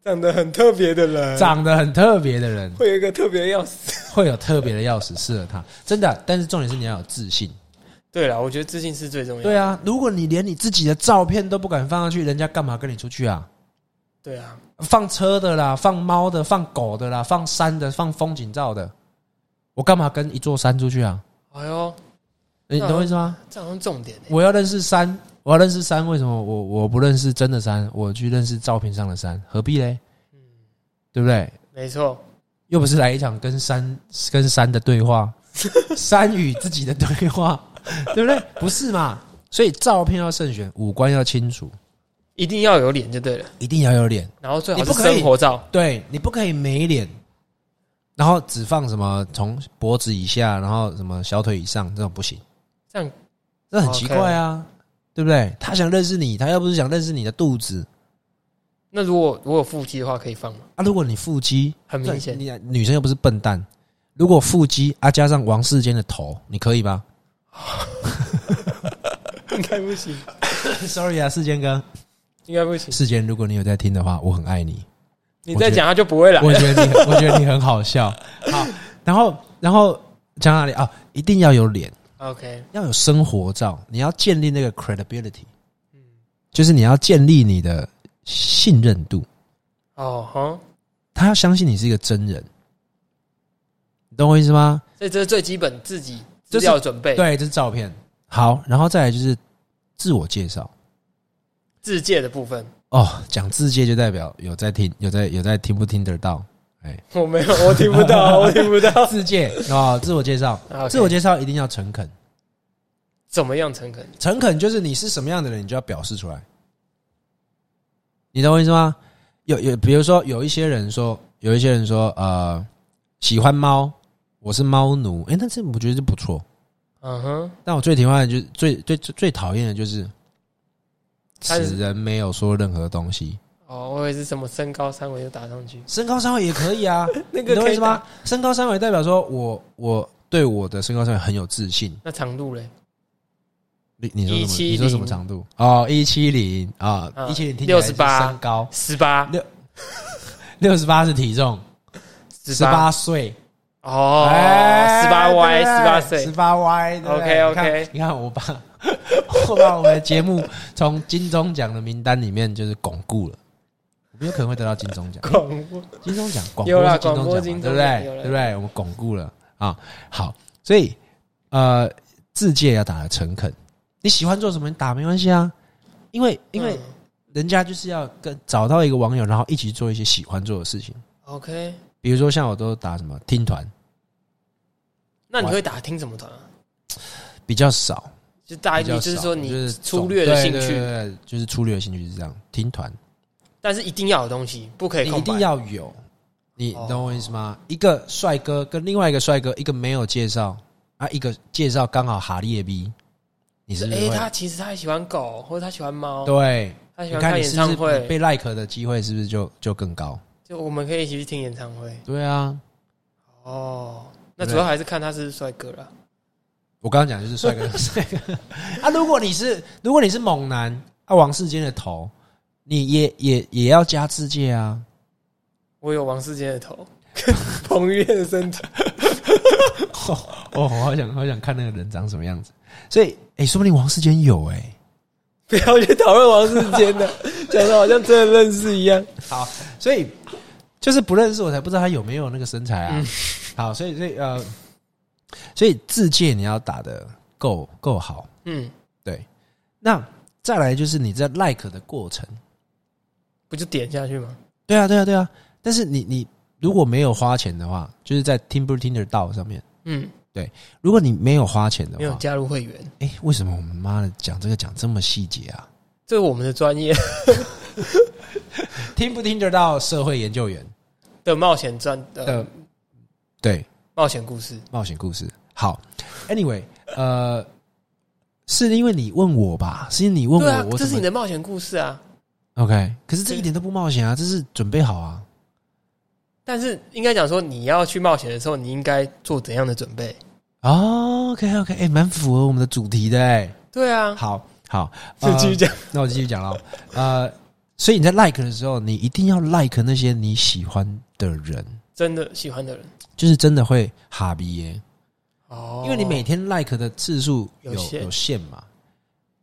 长得很特别的人，
长得很特别的人，
会有一个特别的钥匙。
会有特别的钥匙适合他，真的。啊但是重点是你要有自信。
对了，我觉得自信是最重要的。
对啊，如果你连你自己的照片都不敢放上去，人家干嘛跟你出去啊？
对啊，
放车的啦，放猫的，放狗的啦，放山的，放风景照的，我干嘛跟一座山出去啊？
哎呦，
你你懂我意思吗？
这好像重点欸
我要认识山，我要认识山，为什么我我不认识真的山，我去认识照片上的山，何必嘞？对不对？
没错，
又不是来一场跟山跟山的对 话，山与自己的对话， 对不对？不是嘛？所以照片要慎选，五官要清楚，
一定要有脸就对了。
一定要有脸。
然后最好
你
是
不可以
生活照，
对你不可以没脸，然后只放什么从脖子以下，然后什么小腿以上，这种不行，
这样哦
这很奇怪啊对不对？他想认识你，他要不是想认识你的肚子
那如果如果腹肌的话可以放吗？
啊，如果你腹肌
很明显，
你女生又不是笨蛋，如果腹肌啊加上王世坚的头，你可以吧
应该不行，
？Sorry 啊，世坚哥，
应该不行。
世坚，如果你有在听的话，我很爱你，
你再讲他就不会了。
我觉得你，我觉得你很好笑。好，然后，然后讲哪里啊？一定要有脸，
OK，
要有生活照，你要建立那个 credibility，就是你要建立你的信任度，
哦哈，
他要相信你是一个真人，你懂我意思吗？
所以这是最基本自己
这
资
是
料准备，
对，这是照片。好，然后再来就是自我介绍。
自介的部分。
哦，讲自介就代表有在听，有在有在听不听得到？
我没有，我听不 到，我听不到。
自介哦，自我介绍，
啊，
自我介绍一定要诚恳。
怎么样诚恳？
诚恳就是你是什么样的人，你就要表示出来。你懂我意思吗？有有，比如说有一些人说，有一些人说，呃，喜欢猫，我是猫奴。诶，那这我觉得是不错。
嗯哼，
但我最喜欢的就是最最最最讨厌的就是，
他是
此人没有说任何东西。
哦，我以为是什么身高三围就打上去，
身高三围也可以啊，
那
你
个
懂
可
我意
以
思吗
打？？
身高三围代表说我我对我的身高三围很有自信。
那长度嘞？
你你说什么？
170
你说什么长度？哦，一七零啊，
嗯
一七零听起来是
68
身高，
十八，
六十八是体重，十
八
八岁
哦，
哎
十八 Y，十八
十
岁，
八 Y 对不对。
OK，OK
你看你看我把 我把我们的节目从金钟奖的名单里面就是巩固了，我们有可能会得到金钟奖。
恐怖，
金钟奖广
有
播
啦
是金钟
广播
奖嘛，
金
对不
钟奖
对
有？啦
对不对？我们巩固了啊。好，所以呃，自介要打的诚恳，你喜欢做什么你打没关系啊，因为因为
嗯
人家就是要跟找到一个网友，然后一起做一些喜欢做的事情，
OK，
比如说像我都打什么听团
那你会打听什么团啊？
比较少，
就大
比
一句
较
就是
少
说
就是
啊你
总
粗略的兴
对对对
趣，
对对就是粗略的兴趣是这样，听团
但是一定要有东西，不可以
你
空
一
白
定要有，你
哦
懂我意思吗？一个帅哥跟另外一个帅哥，一个没有介绍啊，一个介绍刚好哈利耶逼，你是不是
哎，
会？
他其实他也喜欢狗，或者他喜欢猫，
对，啊
他喜
你
欢
看
看
你
演
是不
唱
是
会，
被 like 的机会是不是就就更高？
就我们可以一起去听演唱会。
对啊，
哦，那
对
主要还是看他是不是帅哥了。
我刚刚讲的就是帅哥 帅哥啊，如果你是如果你是猛男啊，王世坚的头，你也也也要加自介啊，
我有王世坚的头， 彭于晏的身体，
哦，我好想好想看那个人长什么样子，所以哎、说不定王世坚有哎、
不要去讨论王世 坚的，讲的好像真的认识一样。
好，所以就是不认识我才不知道他有没有那个身材啊。好，所以所以呃，所以自介你要打的够够好。
嗯，
那再来就是你在 like 的过程，
不就点下去吗？
对啊对啊对啊。但是你你如果没有花钱的话，就是在 Timber Tinder 道上面，
嗯，
如果你没有啊花钱的
没有
话，
加入会员，
哎、为什么我们妈的讲这个讲这么细节啊？
这是我们的专业
听不听得到社会研究员
的冒险专
的、
的
对
冒险故事。
冒险故事。好，Anyway，呃，是因为你问我吧？是因为你问
对
我，
啊，
我
这
怎
是你
么
的冒险故事啊，
OK？可是这
对
一点都不冒险啊，这是准备好啊。
但是应该讲说你要去冒险的时候，你应该做怎样的准备？
哦、OK OK，哎、蛮符合我们的主题的哎、
对啊，
好好，
就
呃
继续讲。
那我继续讲了。呃，所以你在 like 的时候，你一定要 like 那些你喜欢的人，
真的喜欢的人
就是真的会哈逼耶、
哦
因为你每天 like 的次数有
有限
有限嘛。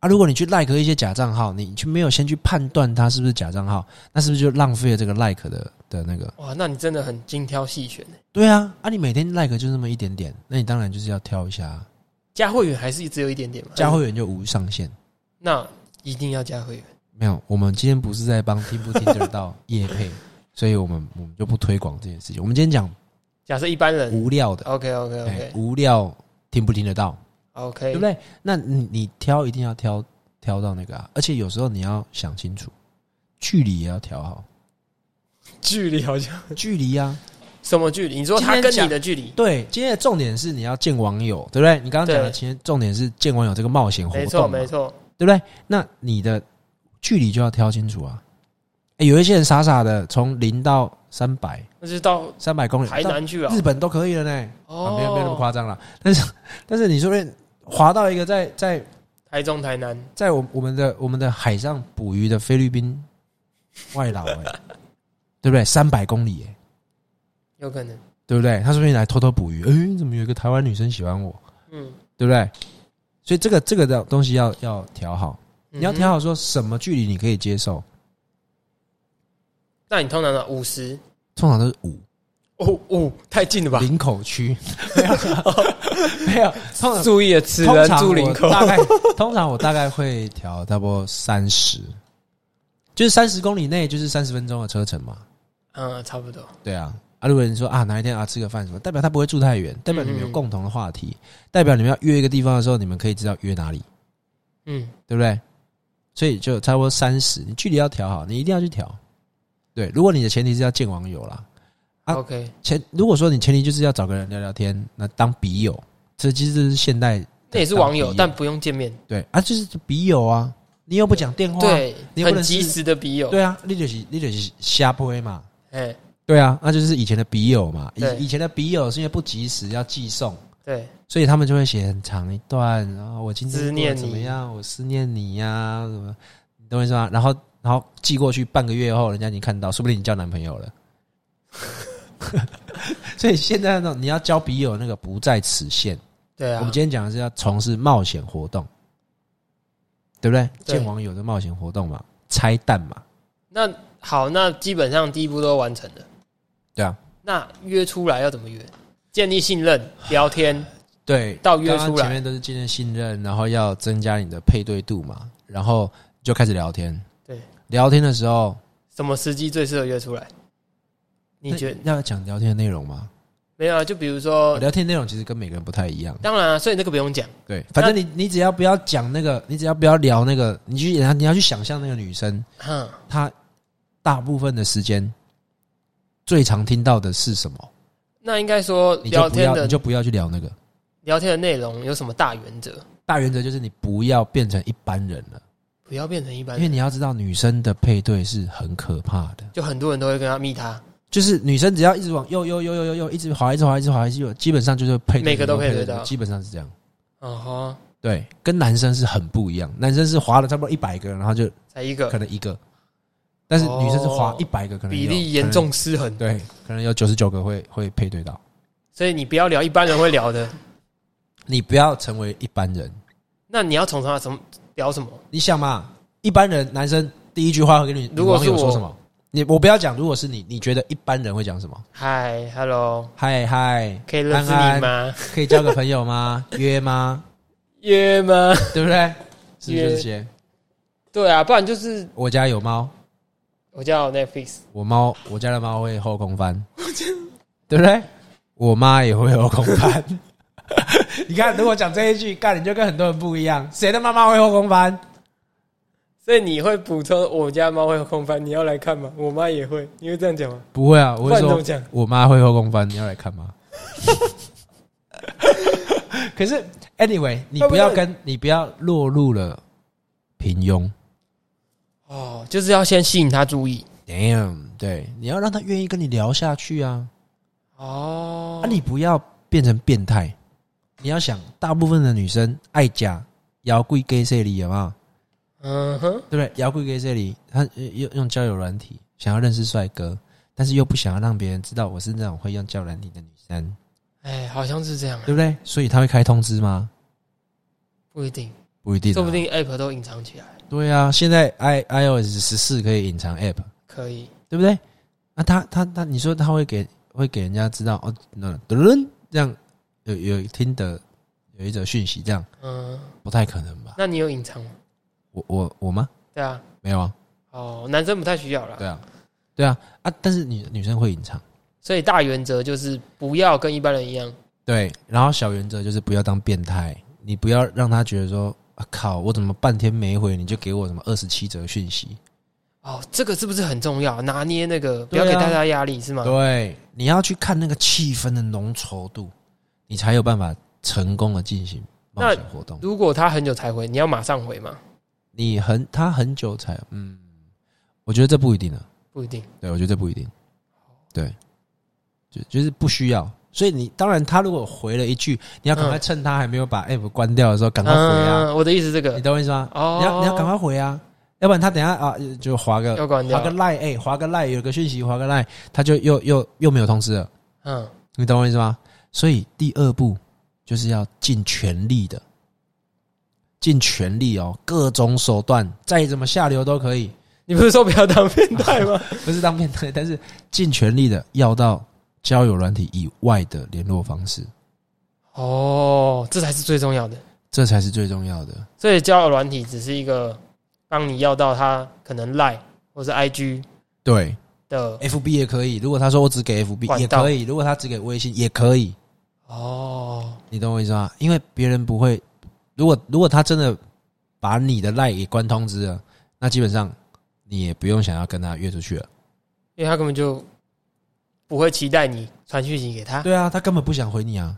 啊，如果你去 like 一些假账号，你去没有先去判断它是不是假账号，那是不是就浪费了这个 like 的的那个？
哇，那你真的很精挑细选。欸
对啊，啊，你每天 like 就那么一点点，那你当然就是要挑一下啊，
加会员还是只有一点点嘛？
加会员就无上限。
那一定要加会员。
没有，我们今天不是在帮听不听得到业配，所以我们我们就不推广这件事情。我们今天讲
假设一般人
无料的，
，OK OK
哎、
OK
无料听不听得到，对不
OK，
对？那你你挑一定要挑挑到那个啊，而且有时候你要想清楚，距离也要调 好，
距离好像
距离啊，
什么距离？你说他跟你的距离，
对，今天的重点是你要见网友，对不对？你刚刚讲的，
对
今天重点是见网友这个冒险活动，
没错没，错，
对不对？那你的距离就要挑清楚啊。哎有一些人傻傻的从零到三百，
那就到
三百公里，
台
到
南去了。
日本都可以了呢。啊，
哦，
没有没有那么夸张啦。但是但是你说不定滑到一个在在
台中、台南，
在我我们的我们的海上捕鱼的菲律宾外劳、欸，对不对？三百公里、欸，
有可能。
对不对？他说不定来偷偷捕鱼，诶，怎么有一个台湾女生喜欢我，
嗯，
对不对？所以这个这个的东西要要调好，你要调
嗯
好说什么距离你可以接受，
哼。那你通常呢？五十
通常都是五
哦哦，太近了吧？
林口 区，没有没有，通常
注意了，此
通
人
常
住
我
林口。
大概通常我大概会调差不多三十，就是三十公里内就是三十分钟的车程嘛。
嗯，差不多。
对啊，啊，如果你说啊哪一天啊吃个饭什么，代表他不会住太远，代表你们有
嗯
共同的话题，代表你们要约一个地方的时候，你们可以知道约哪里，
嗯，
对不对？所以就差不多三十，你距离要调好，你一定要去调。对，如果你的前提是要见网友啦，啊
OK，
前如果说你前提就是要找个人聊聊天，那当笔友，这其实是现代的
那也是
当
网友
笔，
但不用见面，
对啊，就是笔友啊，你又不讲电话，
对，
你也不
很
能
及
是
时的笔友，
对啊，你就是你就是瞎播嘛，
哎，
对啊，那就是以前的笔友嘛，
对
以以前的笔友是因为不及时要寄送，
对，
所以他们就会写很长一段，然后我今天
思念
过得怎么
你
样，我思念你呀、什么，你懂我意思吗？然后然后寄过去半个月后，人家已经看到，说不定你交男朋友了。 所以现在那种你要交笔友那个不在此限，
对啊，
我们今天讲的是要从事冒险活动，对不对？
对
见网友的冒险活动嘛，拆弹嘛，
那好，那基本上第一步都完成了。
对啊。
那约出来要怎么约？建立信 任、聊天，
对，
到约出来
刚刚前面都是建立信任，然后要增加你的配对度嘛，然后就开始聊天。
对，
聊天的时候，
什么时机最适合约出来？你觉得
那要讲聊天的内容吗？
没有啊？就比如说，
聊天内容其实跟每个人不太一样。
当然啊，所以那个不用讲。
对，反正你你只要不要讲那个，你只要不要聊那个，你去你要你要去想象那个女生，
哼，
她大部分的时间最常听到的是什么？
那应该说
你就
聊
不
天
要你
的
就不要去聊那个。
聊天的内容有什么大原则？
大原则就是你不要变成一般人了，
不要变成一般
因为
人，
你要知道女生的配对是很可怕的。
就很多人都会跟他密他，
就是女生只要一直往右右右右右右一直滑，一直滑，一直滑，一直滑，基本上就是配
每个都配
配
得
的
到
基本上是这样。
哦吼，
对，跟男生是很不一样，男生是滑了差不多一百个，然后就
才一个
可能一个，但是女生是滑
哦
一百个，可能
比
有
例严，重失衡
可能。对，可能有九十九个会会配对到。
所以你不要聊一般人会聊的。
你不要成为一般人，
那你要从他什么聊什么？
你想嘛，一般人男生第一句话会跟你
如果
女
是
网友说
我
什么？你我不要讲，如果是你，你觉得一般人会讲什么？
嗨，hello，
嗨嗨，
可以认识
安
你
安
吗？
可以交个朋友吗？约吗？
约吗？
对不对？是不是就
约
这些？
对啊，不然就是
我家有猫，
我叫 Netflix，
我猫我家的猫会后空翻，对不对？我妈也会后空翻。 你看，如果讲这一句，干你就跟很多人不一样。谁的妈妈会后空翻？
所以你会补充我家猫会空翻，你要来看吗？我妈也会，你会这样讲吗？
不会啊，我
不
会
然你怎
说
么讲？
我妈会后空翻，你要来看吗？ 可是，anyway，你不要跟你不要落入了平庸。
哦，就是要先吸引他注意
Damn，对，你要让他愿意跟你聊下去啊。
哦
啊，你不要变成变态。你要想，大部分的女生爱假摇贵 gay 这里有没有？
嗯哼，
对不对？摇滚给这里，他呃用用交友软体，想要认识帅哥，但是又不想要让别人知道我是那种会用交友软体的女生，
哎，好像是这样，
对不对？所以他会开通知吗？
不一定，
不一定、啊，
说不定 app 都隐藏起来，
对啊，现在 i iOS 十四可以隐藏 App，
可以，
对不对？那、他他他，你说他会给会给人家知道哦，那噔这样有有听的有一则讯息，这样
嗯，
不太可能吧？
那你有隐藏吗？
我我我吗？
对啊，
没有啊，
哦，男生不太需要啦，
对啊，对啊啊！但是女女生会隐藏，
所以大原则就是不要跟一般人一样，
对。然后小原则就是不要当变态，你不要让他觉得说，啊靠，我怎么半天没回你就给我什么二十七则讯息？
哦，这个是不是很重要？拿捏那个，不
对啊
要给大家压力是吗？
对，你要去看那个气氛的浓稠度，你才有办法成功的进行冒险活动。
如果他很久才回，你要马上回吗？
你很他很久才嗯，我觉得这不一定啊。
不一定，
对，我觉得这不一定。对，就就是不需要。所以你当然，他如果回了一句，你要赶
嗯
快趁他还没有把 app 关掉的时候赶快回啊！
嗯，我的意思这个
你，懂我意思吗？
哦，
你要你要赶快回啊，要不然他等一下啊就划个
要关
划
掉
个，赖哎，划个赖有个讯息划个赖，他就又又又没有通知了。
嗯，
你懂我意思吗？所以第二步就是要尽全力的，尽全力哦，各种手段，再怎么下流都可以，
你不是说不要当变态 吗？
不是当面对，但是尽全力的要到交友软体以外的联络方式，
哦，这才是最重要的。
这才是最重要的。
所以交友软体只是一个帮你要到他可能 Line 或是 IG
对
的
，F B 也可以。如果他说我只给 F B 也
管道
可以，如果他只给微信也可以，
哦，
你懂我意思吗？因为别人不会，如果如果他真的把你的赖也关通知了，那基本上你也不用想要跟他约出去了。
因为他根本就不会期待你传讯息给他。
对啊，他根本不想回你啊。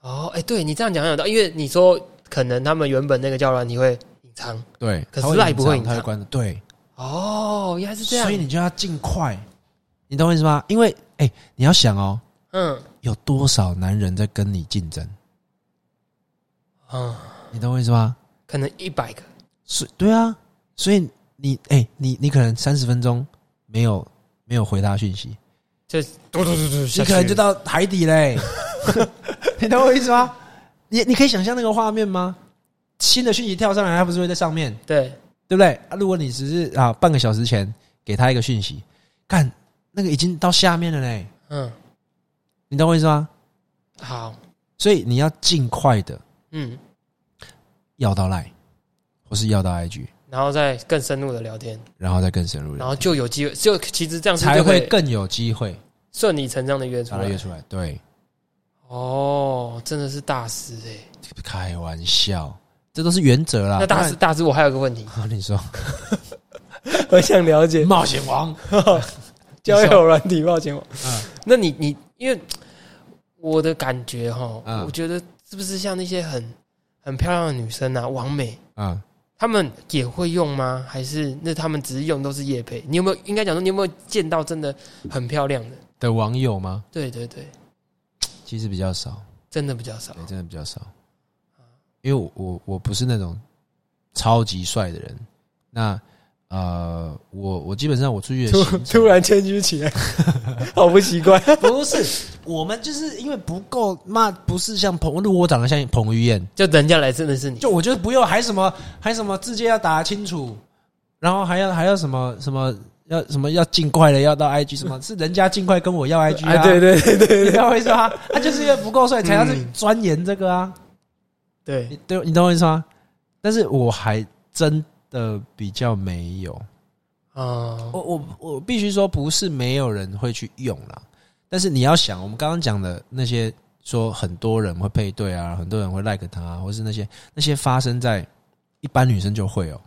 哦，哎、对你这样讲很有道理，因为你说可能他们原本那个交友软体会隐藏。
对，
可是
他会
赖不会隐
他会
藏
关的。对，
哦，原来是这样。
所以你就要尽快，你懂我意思吗？因为哎、你要想哦，
嗯
有多少男人在跟你竞争？
嗯，
你懂我意思吗？
可能一百个。
所以对啊，所以你哎、你你可能三十分钟没有没有回他讯息，
嘟嘟嘟嘟，
你可能就到海底嘞、你懂我意思吗？你你可以想象那个画面吗？新的讯息跳上来，他不是会在上面，
对，
对不对？啊、如果你只是啊半个小时前给他一个讯息，看那个已经到下面了嘞，
嗯，
你懂我意思吗？
好，
所以你要尽快的
嗯，
要到赖，或是要到 IG，
然后再更深入的聊天，
然后再更深入
然
聊，
后就有机会，就其实这样子
才
就可
会
以
更有机会
顺理成章的约出
把它
来
约。出来。对，
哦，真的是大师哎、
开玩笑，这都是原则啦。
那大师，大师，我还有
，
个问题
好，你说
我想了 解
冒险王，
交友软体冒险网。
嗯
那你你因为我的感觉哈，
嗯
我觉得是不是像那些很很漂亮的女生啊，王美，
啊，
她们也会用吗？还是那她们只是用都是夜配？你有没有应该讲说你有没有见到真的很漂亮的？
的网友吗？
对对对，
其实比较少，
真的比较少
对，真的比较少。因为我我我不是那种超级帅的人，那呃，我我基本上我出去的行 程
然谦虚起来，好不奇 怪。
不是我们就是因为不够嘛，不是像彭，如果我长得像彭于晏，
就人家来真的是你，
就我觉得不用还什么还什么字界要打清楚，然后还要还要什么什么要什么要尽快的要到 IG 什么，是人家尽快跟我要 IG 啊，
哎对对对
你懂我意思吗？他就是因为不够帅，才要去
嗯
钻研这个啊，
对，
你对，你懂我意思吗？但是我还真的比较没有，
哦，
我我我必须说，不是没有人会去用啦。但是你要想，我们刚刚讲的那些，说很多人会配对啊，很多人会 like 他、或是那些那些发生在一般女生就会哦、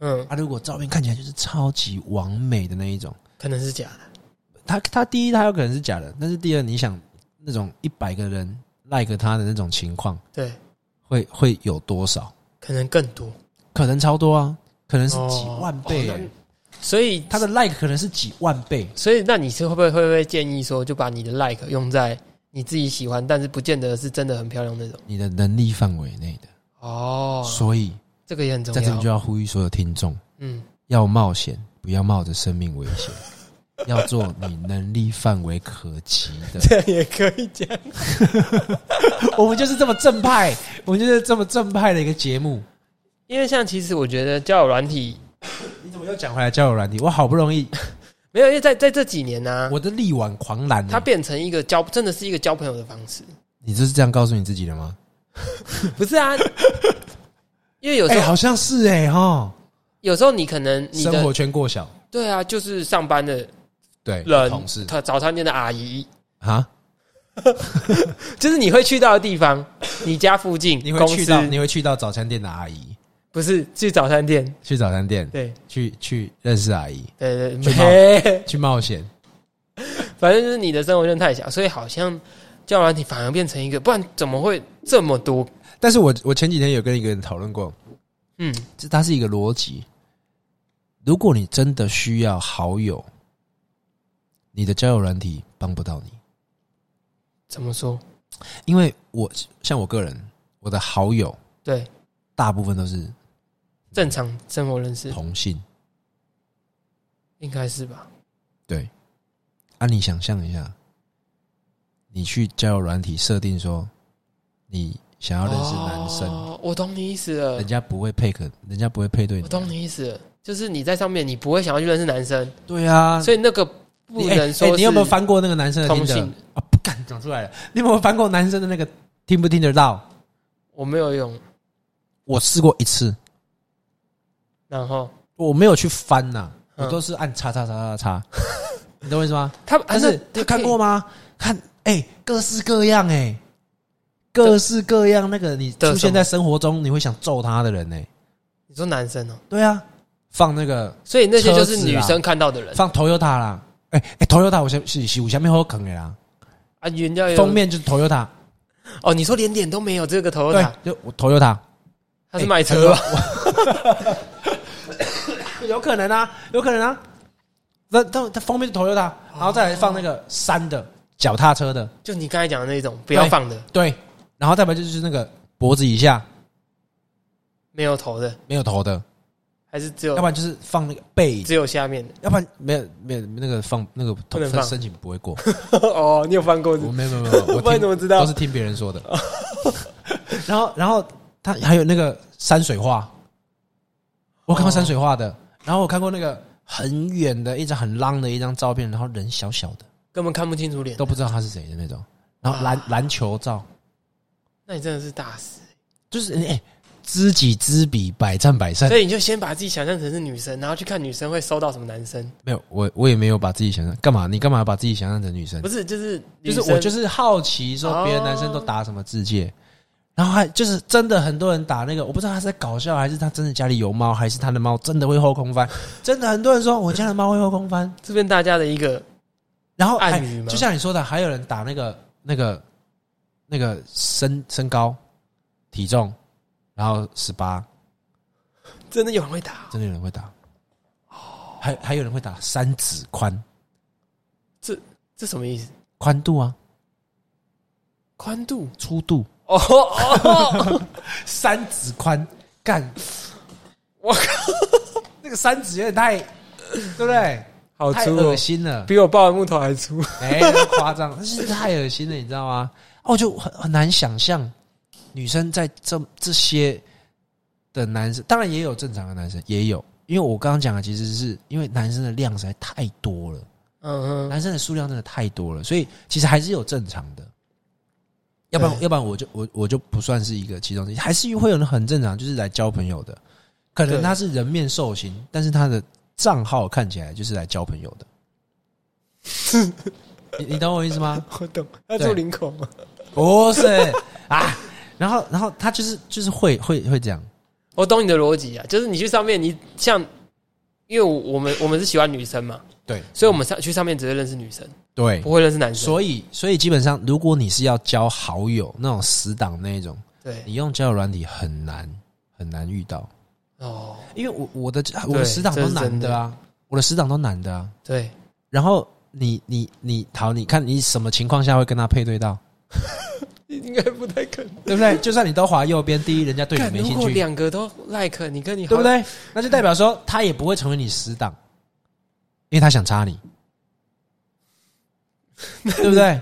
嗯，
啊，如果照片看起来就是超级完美的那一种，
可能是假的，
他他第一他有可能是假的，但是第二你想那种一百个人 like 他的那种情况，
对，
会会有多少？
可能更多，
可能超多啊，可能是
哦
几万倍、
哦那所以
他的 like 可能是几万倍，
所以，那你是会不会会不会建议说，就把你的 like 用在你自己喜欢，但是不见得是真的很漂亮那种？
你的能力范围内的。
哦，
所以
这个也很重
在这里就
要。
要呼吁所有听众：
嗯，
要冒险，不要冒着生命危 险，要做你能力范围可及的。
这样也可以讲。
我们就是这么正派，我们就是这么正派的一个节目。
因为像其实我觉得交友软体
你怎么又讲回来交友软体？我好不 容易
没有，因为在在这几年呢、
我的力挽狂澜、
它
欸，
变成一个交真的是一个交朋友的方式，
你就是这样告诉你自己的吗？
不是啊？ 因为有
哎、
时候、
好像是哎、哈，
有时候你可能你
生
的
活圈过小，
对啊，就是上班的
对，
人
同事，
他早餐店的阿姨，
啊，
就是你会去到的地方，你家附近，
你会
公
去到
司
你会去到早餐店的阿姨，
不是去早餐店？
去早餐店
对
去去认识阿姨，
对
去
对，
冒
没
去冒险。
反正就是你的生活圈太小，所以好像交友软体反而变成一个，不然怎么会这么多？
但是我我前几天有跟一个人讨论过，
嗯，
这它是一个逻辑。如果你真的需要好友，你的交友软体帮不到你，
怎么说？
因为我像我个人，我的好友
对，
大部分都是
正常生活认识
同性。
应该是吧？
对，啊，你想象一下，你去交友软体设定说你想要认识男生，
哦，我懂你意思了
人，家不会配可，人家不会配对
我
你。
懂你意思了，就是你在上面你不会想要去认识男生，
对啊，
所以那个不
你哎
能
哎
说
你有没有
是
翻过那个男生的
通
Tinder？
信，
啊，不敢讲出来了。你有没有翻过男生的那个听不听得到？
我没有用，
我试过一次，
然后
我没有去翻呐、
嗯
我都是按叉叉叉叉叉，你懂我意思吗？
他
但是他看过
吗？
吗？看，哎、各式各样、哎，各式各样，那个你
的
出现在生活中，你会想揍他的人、哎，
你说男生哦，
对啊，放那个
所以那些就
车
是
子
女
啊
生看到的人
放 Toyota 啦，哎、哎、t o y o t a 我先是是有下面好坑的啦，
啊，人家有
封面就是 Toyota，
哦，你说连脸都没有这个头
对
塔，，
就我 Toyota，哎
他是卖车吧？
有可能啊，有可能啊，那但它封面是 Toyota，然后再来放那个山的脚踏车的，
就你刚才讲的那种不要放的
对，然后再不然就是那个脖子以下
没有头的，
没有头的，
还是只
要
有
不然就是放那个背
只有下面的？
要不然没有没有那个放那个
不能
分
放
申请不会过，
哦，你有放过是
我
不是？
没有没有没 有，我
不然
听
怎么知
都
道
是？听别人说的。然后然后他还有那个山水画，我看过山水画的，然后我看过那个很远的一张很浪的一张照片，然后人小小的
根本看不清楚脸，
都不知道他是谁的那种，然后篮篮球照
那你真的是大师。
就是哎、知己知彼，百战百胜
所。以你就先把自己想象成是女生，然后去看女生会收到什么男生，
没有我我也没有把自己想象干嘛，你干嘛把自己想象成女生
不？是就是
就是我就是是好奇，说别的男生都打什么字界，然后还就是真的很多人打那个，我不知道他是在搞笑，还是他真的家里有猫，还是他的猫真的会后空 翻，真的很多人说我家的猫会后空翻，
这边大家的一个
然后还
暗语吗
就像你说的，还有人打那个那个那个身身高体重，然后十八，
真的有人会打，
真的有人会打，还还有人会打三指宽
这什么意思？
宽度啊
宽度
粗度
哦哦，
三指宽干，
我
靠， 那个三指有点太，对不对？
好
太
粗
恶
哦，
心了，
比我抱的木头还粗。
哎，那个夸张， 但是太恶心了，你知道吗？哦，我就很很难想象女生在这这些的男生，当然也有正常的男生，也有，因为我刚刚讲的其实是因为男生的量实在太多了，
嗯嗯，
男生的数量真的太多了，所以其实还是有正常的。要不然，
对
要不然我就我我就不算是一个其中之一，还是会有人很正常，就是来交朋友的。可能
对
他是人面兽心，但是他的账号看起来就是来交朋友 的。你你懂我意思吗？
我懂。要住领口吗？
不是啊，然后然后他就是就是会会会这样，
我懂你的逻辑啊，就是你去上面，你像，因为我我们我们是喜欢女生嘛，
对
所以我们上去上面只会认识女生，
对
不，会认识男生。
所以所以基本上，如果你是要交好友那种死党那一种，
对
你用交友软体很难很难遇到，
哦，
因为我我的我的死党都
这是
男
真的
的啊，我的死党都男的啊，
对，
然后你你你好，你看你什么情况下会跟他配对到？
应该不太可能。
对不对？就算你都滑右边，第一人家对
看
你没
如
兴
果
趣，
两个都 like，你跟你好
对不？对？那就代表说他也不会成为你死党，因为他想插你，对不对？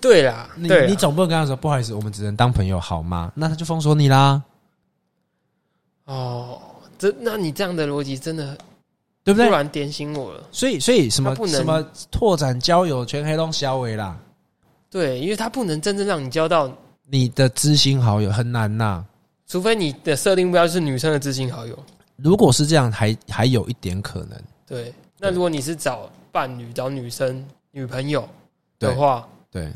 对啦，
你
对啦
你总不能跟他说不好意思，我们只能当朋友好吗？那他就封锁你啦，
哦，这那你这样的逻辑真的
对不
突
对？
然点醒我了。
所以所以什么
他不能
什么拓展交友全黑龙小伟啦，
对，因为他不能真正让你交到，
你的知心好友很难呐、
除非你的设定目标是女生的知心好友。
如果是这样，还还有一点可能。
对，那
对
如果你是找伴侣、找女生、女朋友
对
的话，
对，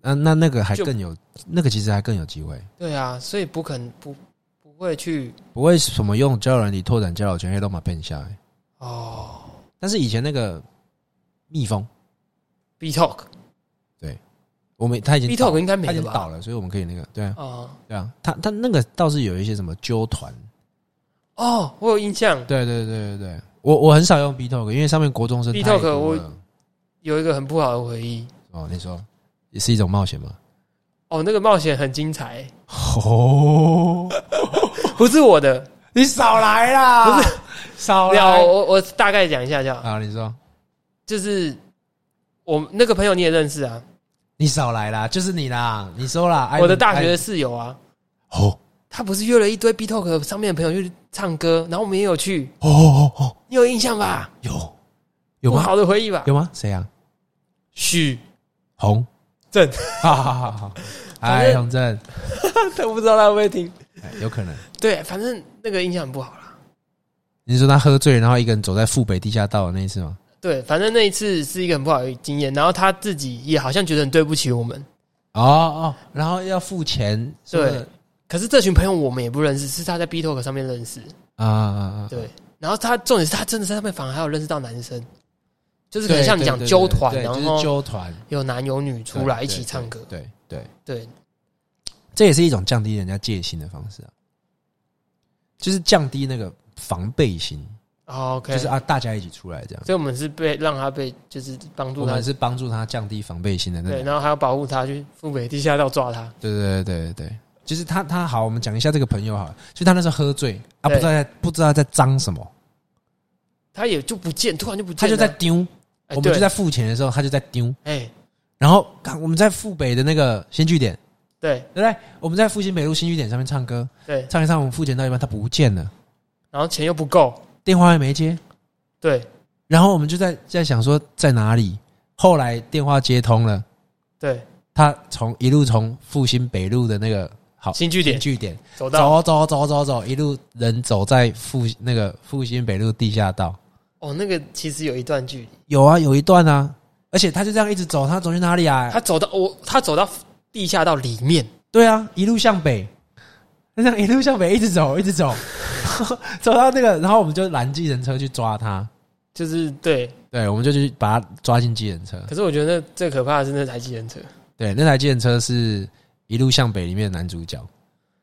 那那那个还
就
更有，那个其实还更有机会，
对啊，所以不肯不不会去
不会什么用交友软体拓展交友圈，黑龙马变下来。
哦
但是以前那个蜜蜂，
，B talk
我们他已
B
经倒
talk 应该
他
没
已
了
经
吧？
倒了，所以我们可以那个对啊
啊
对啊，他他那个倒是有一些什么纠团，
哦，我有印象，
对对对对对，我我很少用 B Talk，因为上面国中生
B
太
Talk
多
我
了。
有一个很不好的回忆
哦，你说也是一种冒险吗？
哦，那个冒险很精彩，
哦，
不是我的，
你少来啦，不是少
那
来
我我大概讲一下就好，
啊！你说
就是我那个朋友你也认识啊，
你少来啦，就是你啦，你说啦，
我的大学室友啊，
哦
他不是约了一堆 B Talk 上面的朋友去唱歌，然后我们也有去，
哦哦哦，
你有印象吧？
有有
不
吗？
好的回忆吧？
有吗？谁啊？
许
红
正，
好好好好，
反
哎，
正
洪正，
都不知道他会不会听。
哎有可能。
对，反正那个印象很不好啦。
你说他喝醉，然后一个人走在富北地下道的那一次吗？
对，反正那一次是一个很不好的经验，然后他自己也好像觉得很对不起我们。
哦哦，然后要付钱，是不是
可是这群朋友我们也不认识，是他在 B Talk 上面认识。
啊啊啊，
对，然后他重点是他真的在上面反而还有认识到男生，就是可能
对
像你讲
对对
纠团，
对
然
就是
后
纠团
有男有女出来一起唱歌。
对对，对
对，
这也是一种降低人家戒心的方式啊，就是降低那个防备心，
哦 OK，
就是啊，大家一起出来这样。
所以我们是被让他被就是帮
我
助他
们，是帮助他降低防备心的那
对，
种，
然后还要保护他去富北地下道抓他。
对对对对对，就是他他好，我们讲一下这个朋友好了，就他那时候喝醉啊，不
对
知道在不知道在脏什么，
他也就不见，突然就不
他
见
就
了。
在丢，我
哎
们就
对
在付钱的时候他就在丢，
哎，
然后看我们在富北的那个新据点，
对
对不对？我们在复兴北路新据点上面唱歌，
对，
唱一唱，我们付钱到一半他不见了，
然后钱又不够，
电话也没接，
对
然后我们就在在想说在哪里。后来电话接通了，
对，
他从一路从复兴北路的那个好
新据
新
点
据点
走到
走啊走走走走，一路人走在复那个复兴北路地下道。
哦，那个其实有一段距离，
有啊，有一段啊，而且他就这样一直走，他走去哪里啊
他？走到我，他走到地下道里面，
对啊，一路向北，他这样一路向北一直走，一直走， 走到那个，然后我们就拦计程车去抓他。
就是对。
对，我们就去把他抓进计程车。
可是我觉得那最可怕的是那台计程车，
对，那台计程车是一路向北里面的男主角，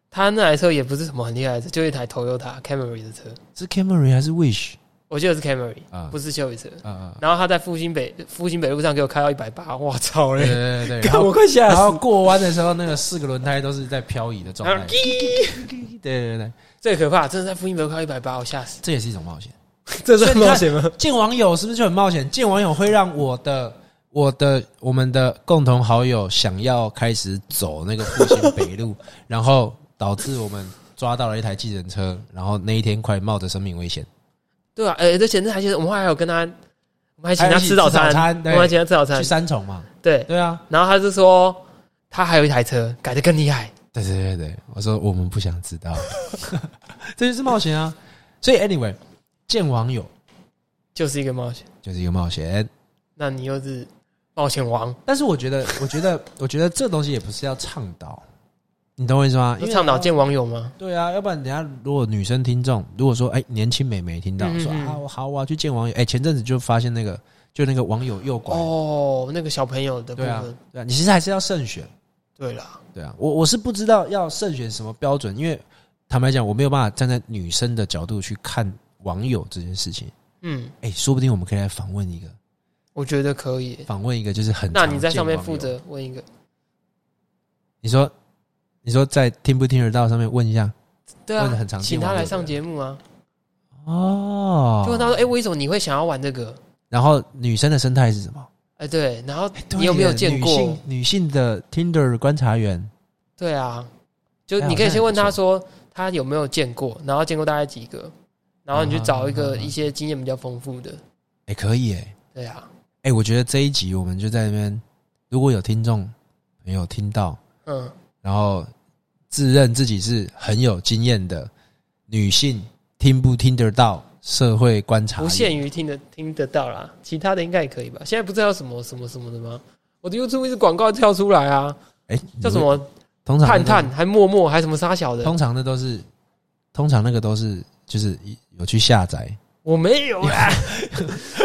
他那台车也不是什么很厉害的车，就一台 Toyota Camry 的车，
是 Camry 还是 Wish
我记得是 Camry，
啊？
不是修理车。
啊啊！
然后他在复兴北复兴北路上给我开到一百八，我操
对对对
嘞！
对， 然
看我
后
快吓
然后
死！
过弯的时候，那个四个轮胎都是在漂移的状
然
态
后。滴
对对对，
最可怕，真的在复兴北路开到一百八，我吓死！
这也是一种冒险。
这
是
是
很
很
冒
冒
险
险吗？
见网友是不是就很冒险？见网友会让我的、我的、我们的共同好友想要开始走那个复兴北路， 然后导致我们抓到了一台计程车，然后那一天快冒着生命危险。
对啊，呃，而且那台计程，我们后来还有跟他，我们还请
还有
他
一起
吃早
吃
餐
早餐，
我
对
们还请他吃早餐
去，三重嘛？
对。
对啊，
然后他就说他还有一台车改的更厉害，
对对对对，我说我们不想知道， 这就是冒险啊。所以 anyway，见网友
就是一个冒险。
就是一个冒险。
那你又是冒险王，
但是我觉得，我觉得，我觉得这东西也不是要倡导，你懂我意思啊吗？因
就
为
倡导见网友吗？
对啊，要不然等下如果女生听众，如果说哎、年轻美眉听到
嗯嗯
说
嗯
啊我好我要去见网友，哎、前阵子就发现那个就那个网友诱拐，
哦，那个小朋友的部
对啊
分，，
对啊，你其实还是要慎选，
对啦，
对啊，我我是不知道要慎选什么标准，因为坦白讲，我没有办法站在女生的角度去看网友这件事情，
嗯，
哎、说不定我们可以来访问一个，
我觉得可以。
访问一个就是很
那
常
你在
见
上面
网友
负责问一个，
你说，你说在听不听得到上面问一下
对
问得
啊
很，常见
请他
网友
来
的
上节目啊，
哦
就问他说：“哎、为什么你会想要玩这个
然后女生的生态是什么？？”
哎、对，然后
哎对
你有没有
耶
见
女
过
性？女性的 Tinder 观察员？
对啊，就
哎
你可以
好像
先问
也
他
不
说他有没有见过，然后见过大概几个，然后你去找
嗯
一个
嗯嗯嗯
一些经验比较丰富的。
哎、可以哎、
对啊，
哎、我觉得这一集我们就在那边，如果有听众朋友听到，
嗯，
然后自认自己是很有经验的女性，听不听得到社会观察员？
不限于听得听得到啦，其他的应该也可以吧？现在不知道什么什么什么的吗？我的 YouTube 一直广告跳出来啊，
哎、
叫什？么
通常那
探
个
探，还陌陌，还什么沙小的，
通常那都是，通常那个都是就是有去下载，
我没有啊，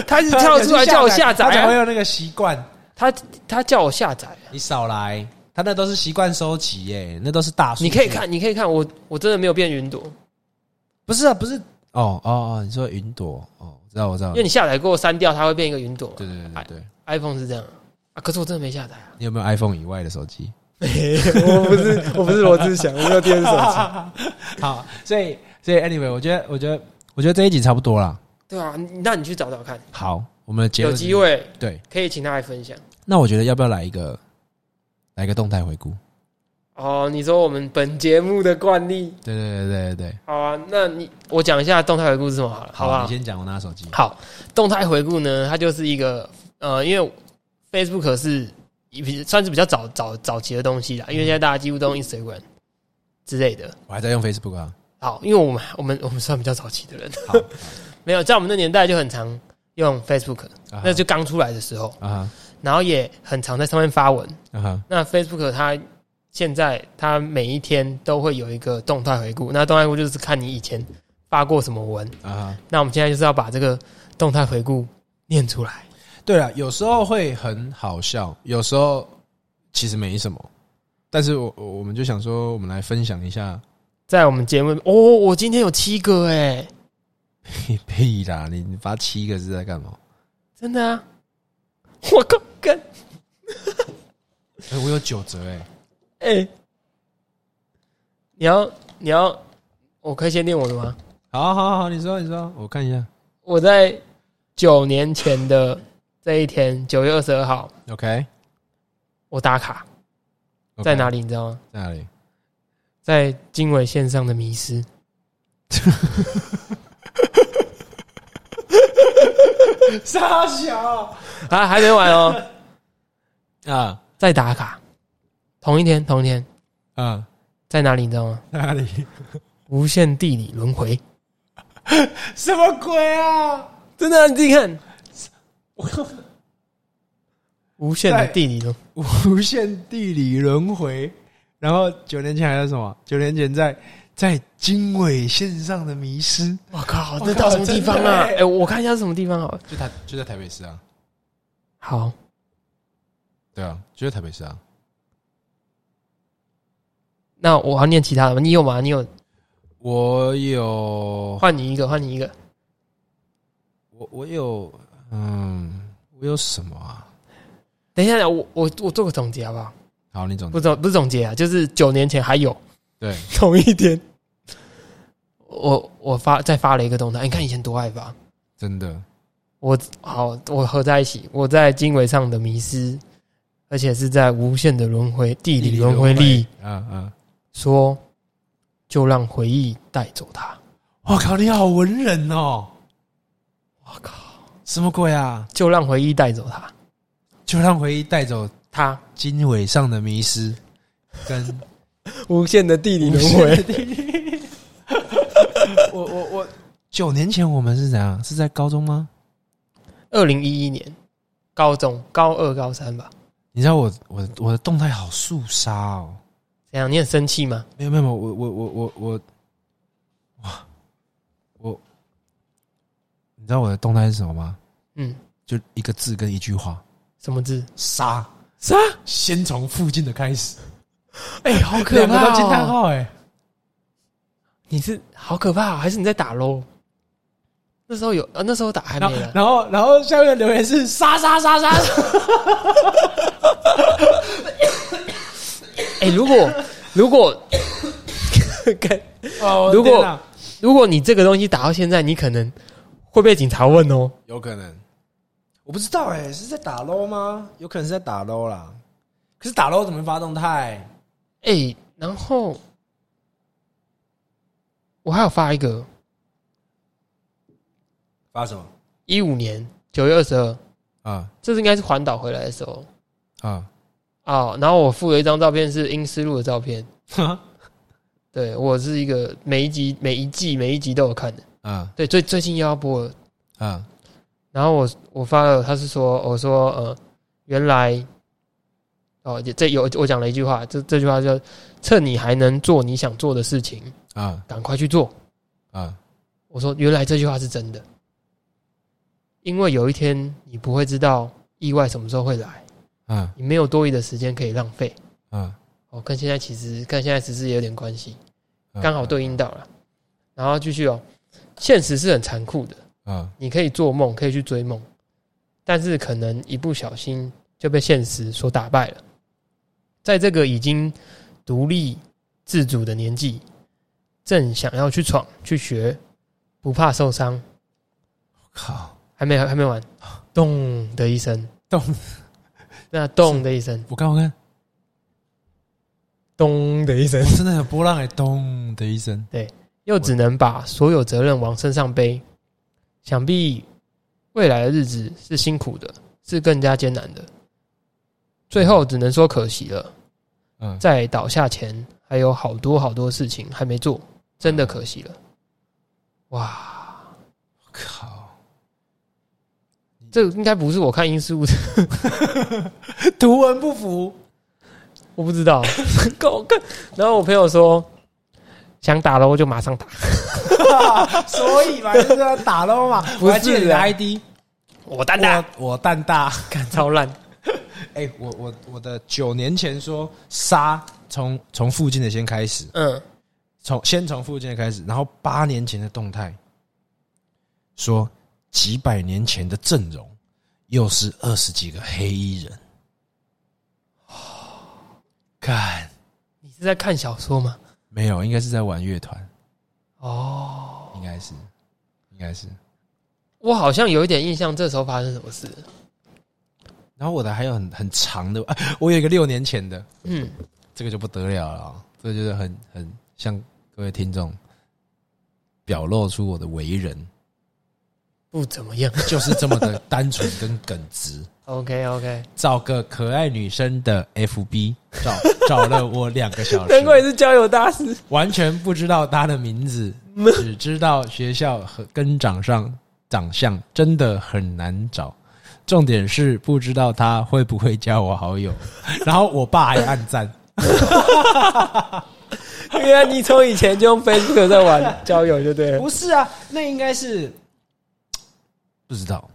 他一直跳出来叫我下载
他才会
啊，
有那个习惯。
他他叫我下载啊，
你少来，他那都是习惯收集耶、那都是大数。
你可以，看，你可以看，我我真的没有变云朵，
不是啊，不是哦哦哦，你说云朵哦，我知道我知道，
因为你下载过删掉，它会变一个云朵嘛。
对对对对对，
iPhone 是这样啊，可是我真的没下载 啊，
你有没有 iPhone 以外的手 机？
我不是我不是罗志祥，我没有第二只手机。
好，所以所以 anyway，我觉得我觉得我觉得这一集差不多啦。
对啊，你那你去找找看，
好，我们的结
有
论是
机会
对，
可以请他来分享。
那我觉得要不要来一个来一个动态回顾？
哦，你说我们本节目的惯例，
对对对对对对，
好啊，那你我讲一下动态回顾是什么好了，啊好不
你
好？
先讲，我拿手机。
好，动态回顾呢，它就是一个呃，因为 Facebook 是一比算是比较早早早期的东西啦，因为现在大家几乎都用 Instagram 之类的。
我还在用 Facebook 啊。
好，因为我们我们我们算比较早期的人，
好，
没有在我们那年代就很常用 Facebook，
啊哈
那就刚出来的时候，
啊哈
然后也很常在上面发文。
啊哈，
那 Facebook 它现在它每一天都会有一个动态回顾，那动态回顾就是看你以前发过什么文。
啊哈。
那我们现在就是要把这个动态回顾念出来。
对啊，有时候会很好笑，有时候其实没什么。但是我我我们就想说，我们来分享一下。
在我们节目哦，我今天有七个哎，
屁屁啦，你你发七个是在干嘛？
真的啊！ 我靠，干
哎、我有九折哎、
哎、你要你要，我可以先念我的吗？
好好好，你说你说，我看一下。
我在九年前的这一天，九月二十二号，
OK，,
我打卡在哪
里？
里？你知道吗？
在哪里？
在经纬线上的迷失。
傻小
啊，还没完哦，
啊
再打卡，同一天，同一天，
啊，
在哪里你知道吗？
哪里？
无限地理轮回，
什么鬼啊？
真的、啊，你自己看，
我
无限的地理轮，
无限地理轮回。然后九年前还有什么？九年前在在经纬线上的迷失，
我靠，
靠
这到什么地方啊？
真的
哎、
欸
我看一下是什么地方好了。
就台就在台北市啊，
好，
对啊，就在台北市啊。
那我要念其他的吗？你有吗？你有？
我有
换你一个，换你一个。
我我有嗯，我有什么啊？
等一下，我我我做个总结好不好？
好，你总
不总不是总结啊，就是九年前还有
对
同一天，我我发再发了一个动态，你看以前多爱发。
真的
我好，我合在一起，我在经纬上的迷失，而且是在无限的轮回地理轮回里，
啊啊！
说，就让回忆带走它。
我靠，你好文人哦！
我靠，
什么鬼啊？
就让回忆带走它，
就让回忆带走
它
经纬上的迷失，跟
无限的地理轮
无
回。
我我我九年前我们是怎样？是在高中吗？
二零一一年，高中高二高三吧，
你知道我我我的动态好肃杀哦！
怎样？你很生气吗？
没有没有，没有我我我我我，哇，我，你知道我的动态是什么吗？
嗯，
就一个字跟一句话：
什么字？
杀。
啥？
先从附近的开始，
哎、好可
两个
怕、
都惊叹
哦！
号哎、
你是好可怕、哦，还是你在打喽？那时候有啊，那时候打还
然
没
后
了。
然后然后下面的留言是杀杀杀杀，
哎、哎、如果如果 干
哦
如果天哪如果你这个东西打到现在，你可能会被警察问哦。
有可能，我不知道哎、是在打 low 吗？有可能是在打 low 啦。可是打 low 怎么发动态？
哎、然后我还有发一个
发什么？
一五年九月二十二，
啊
这是应该是环岛回来的时候
啊！
哦。然后我附了一张照片是英思路的照片，
啊
对我是一个每一集每一季每一集都有看的。
啊
对，最最近又要播了，
啊！
然后我我发了，他是说我说呃，原来哦，也这有我讲了一句话，这这句话叫趁你还能做你想做的事情，
啊
赶快去做。
啊！
我说原来这句话是真的，因为有一天你不会知道意外什么时候会来，
嗯
你没有多余的时间可以浪费。
嗯，
哦，跟现在其实跟现在时事也有点关系，
嗯
刚好对应到了。然后继续哦，现实是很残酷的，
嗯
你可以做梦，可以去追梦，但是可能一不小心就被现实所打败了。在这个已经独立自主的年纪，正想要去闯、去学，不怕受伤，
靠！
还没还没完，咚的一声，
咚，
那咚的一声，
我看我看，
咚的一声
我，真的有波浪哎、咚的一声。
又只能把所有责任往身上背。想必未来的日子是辛苦的，是更加艰难的。最后只能说可惜了，
嗯，
在倒下前还有好多好多事情还没做，真的可惜了。哇，
靠！
这应该不是我看因素，
图文不 符。
我不知道。够够然后我朋友说想打了我就马上打，
所以嘛，就是要打喽嘛。
不是啊
我还记得你的 ID，
我蛋蛋，
我我蛋大。
干超烂。
哎、我我我的九年前说杀，从从附近的先开始，
嗯，
从先从附近的开始，然后八年前的动态说几百年前的阵容又是二十几个黑衣人，看
你是在看小说吗？
没有，应该是在玩乐团，
哦，
应该是，应该是。
我好像有一点印象，这时候发生什么事？
然后我的还有很很长的、啊，我有一个六年前的，
嗯，
这个就不得了了啊，这个就是很很向各位听众表露出我的为人，
不怎么样。
就是这么的单纯跟耿直。
OK OK，
找个可爱女生的 FB 找 找了我两个小
难怪
时，
你是交友大师。
完全不知道她的名 字，只知道学校和跟长上长相真的很难找。重点是不知道她会不会加我好友， 然后我爸还暗赞，
原来你从以前就用 Facebook 在玩交友，就对了。
不是啊，那应该是不知道，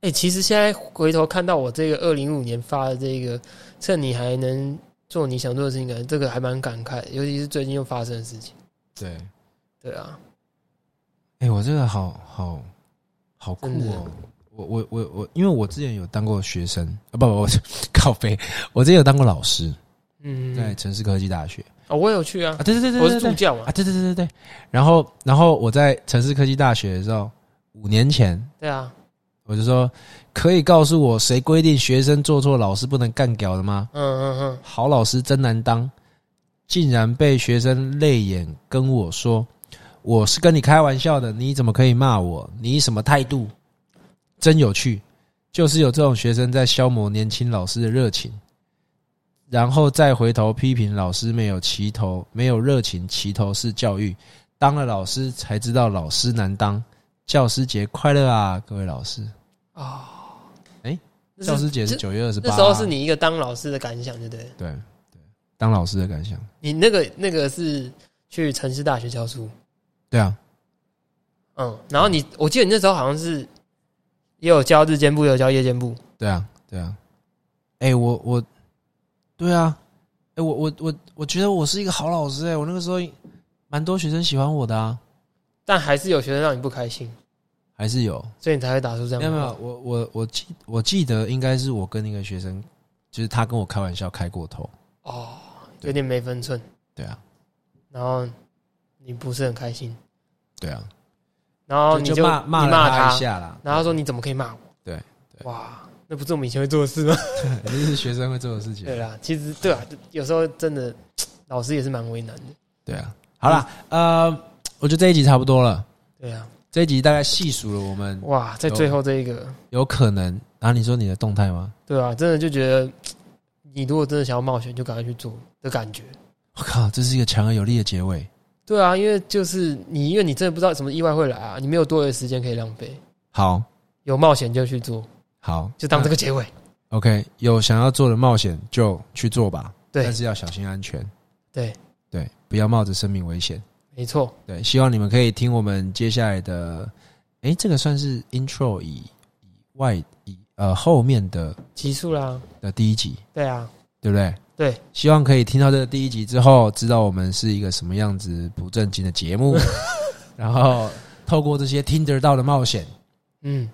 哎、其实现在回头看到我这个二零五年发的这个，趁你还能做你想做的事情，感觉这个还蛮感慨的，尤其是最近又发生的事情。
对，
对啊，
哎、我这个好好好酷
真的
哦！我我我我，因为我之前有当过学生啊，不不，我 靠背，我之前有当过老师，
嗯，
在城市科技大学
哦，我有去啊
啊，，对对对对，
我
对
是助
对
教嘛
啊，，对对对对对。然后然后我在城市科技大学的时候，五年前
对啊，
我就说，可以告诉我谁规定学生做错老师不能干屌的吗？
嗯嗯嗯，
好老师真难当，竟然被学生泪眼跟我说：“我是跟你开玩笑的，你怎么可以骂我？你什么态度？”真有趣，就是有这种学生在消磨年轻老师的热情，然后再回头批评老师没有齐头，没有热情，齐头式教育。当了老师才知道老师难当。教师节快乐啊，各位老师！
啊、
哎
那
教师节是
这
九月二十八，啊
那时候是你一个当老师的感想，对不对了？
对对当老师的感想，
你那个那个是去城市大学教书，
对啊，
嗯，然后你，我记得你那时候好像是也有教日间部，也有教夜间部，
对啊，对啊。哎、我我，对啊，哎、我我我我觉得我是一个好老师哎、我那个时候蛮多学生喜欢我的啊，
但还是有学生让你不开心，
还是有。
所以你才会打出这样
没
的
有
话。
没有，我我我记我记得应该是我跟一个学生，就是他跟我开玩笑开过头，
哦，有点没分寸，
对啊，
然后你不是很开心，
对啊，
然后哦你
就骂
骂
了
骂
他一下 啦，
然后他说你怎么可以骂我？
对对
哇，那不是我们以前会做的事吗？
这是学生会做的事情，
对啦，其实对啊，有时候真的老师也是蛮为难的。
对啊，好啦，呃，我觉得这一集差不多了，
对啊，
这一集大概细数了我们
哇，在
有
最后这一个，
有可能，然后你说你的动态吗？
对啊，真的就觉得你如果真的想要冒险，就赶快去做的感觉。
我靠，这是一个强而有力的结尾。
对啊，因为就是你，因为你真的不知道什么意外会来啊，你没有多余的时间可以浪费，
好，
有冒险就去做，
好，
就当这个结尾。
那 OK。有想要做的冒险就去做吧，
对
但，是要小心安全。
对，
对，不要冒着生命危险。
没错，
对，希望你们可以听我们接下来的，诶，这个算是 intro 以以外以呃后面的
结束啦。
的第一集，
对啊，
对不对？
对，
希望可以听到这个第一集之后，知道我们是一个什么样子不正经的节目， 然后透过这些听得到的冒险，
嗯，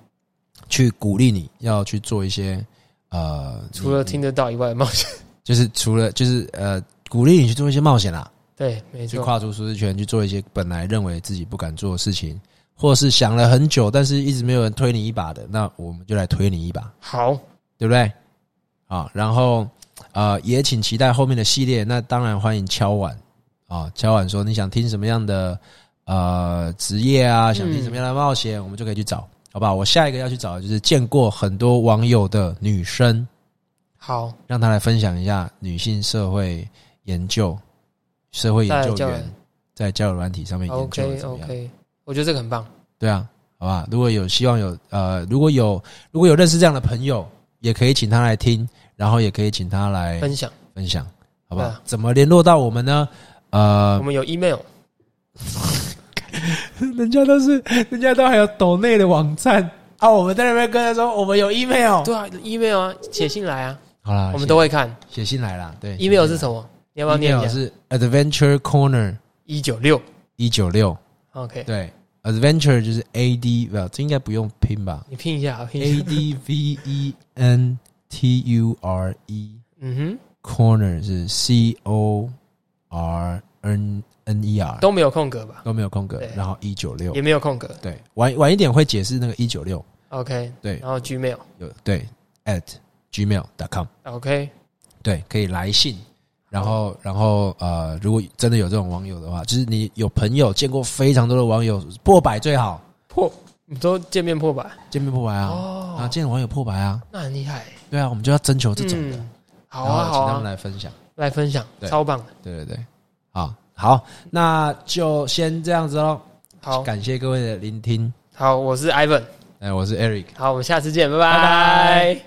去鼓励你要去做一些呃，
除了
你
听得到以外的冒
嗯
险，
就是除了就是呃，鼓励你去做一些冒险啦，
对，没
嗯去
错，
跨出舒适圈，去做一些本来认为自己不敢做的事情，或是想了很久，但是一直没有人推你一把的，那我们就来推你一把，
好，
对不对？啊，然后呃，也请期待后面的系列。那当然欢迎敲碗啊，敲碗说你想听什么样的呃职业啊，
嗯
想听什么样的冒险，我们就可以去找，好不好？我下一个要去找的就是见过很多网友的女生，
好，
让她来分享一下女性社会研究、社会研究
在交友
员在交友软体上面研究的
OK
怎么样？
OK，我觉得这个很棒。
对啊，好吧。如果有希望有呃，如果有如果有认识这样的朋友，也可以请他来听，然后也可以请他来
分享。
分享，好不好？
对啊
怎么联络到我们呢？
我
呃，
们有 email，
人家都是人家都还有抖内的网站啊，我们在那边跟他说我们有 email。
对啊，email 啊，写信来啊，
好啦，
我们都会看。
写写信来啦。对
email 是什么？你要不要念一
email
下？
是 Adventure Corner
一九六
一九六，
，OK，
对，Adventure 就是 A D，不，这应该不用拼吧
你拼一下，拼一
？A
下。
D V E N T U R E
嗯
Corner 是 C O R N N E R，
哼，都没有空格吧？
都没有空格
对，
然后一九六
也，没有空格
对，晚晚一点会解释那个一九六，
，OK，
对
然后 Gmail。
有对 at gmail.com，
OK，
对，可以来信。然后，然后，呃，如果真的有这种网友的话，就是你有朋友见过非常多的网友破百最好，
破，你说见面破百
见面破百啊，然后
哦，
见网友破百啊，
那很厉害，
对啊，我们就要征求这种的，
嗯，好
然后
啊，好
请他们
啊，
来分享，
来分享，
对
超棒的，
对对对，好好，那就先这样子喽，
好
感谢各位的聆听，
好，我是 Ivan，
哎，我是 Eric。
好，我们下次见，拜
拜
拜。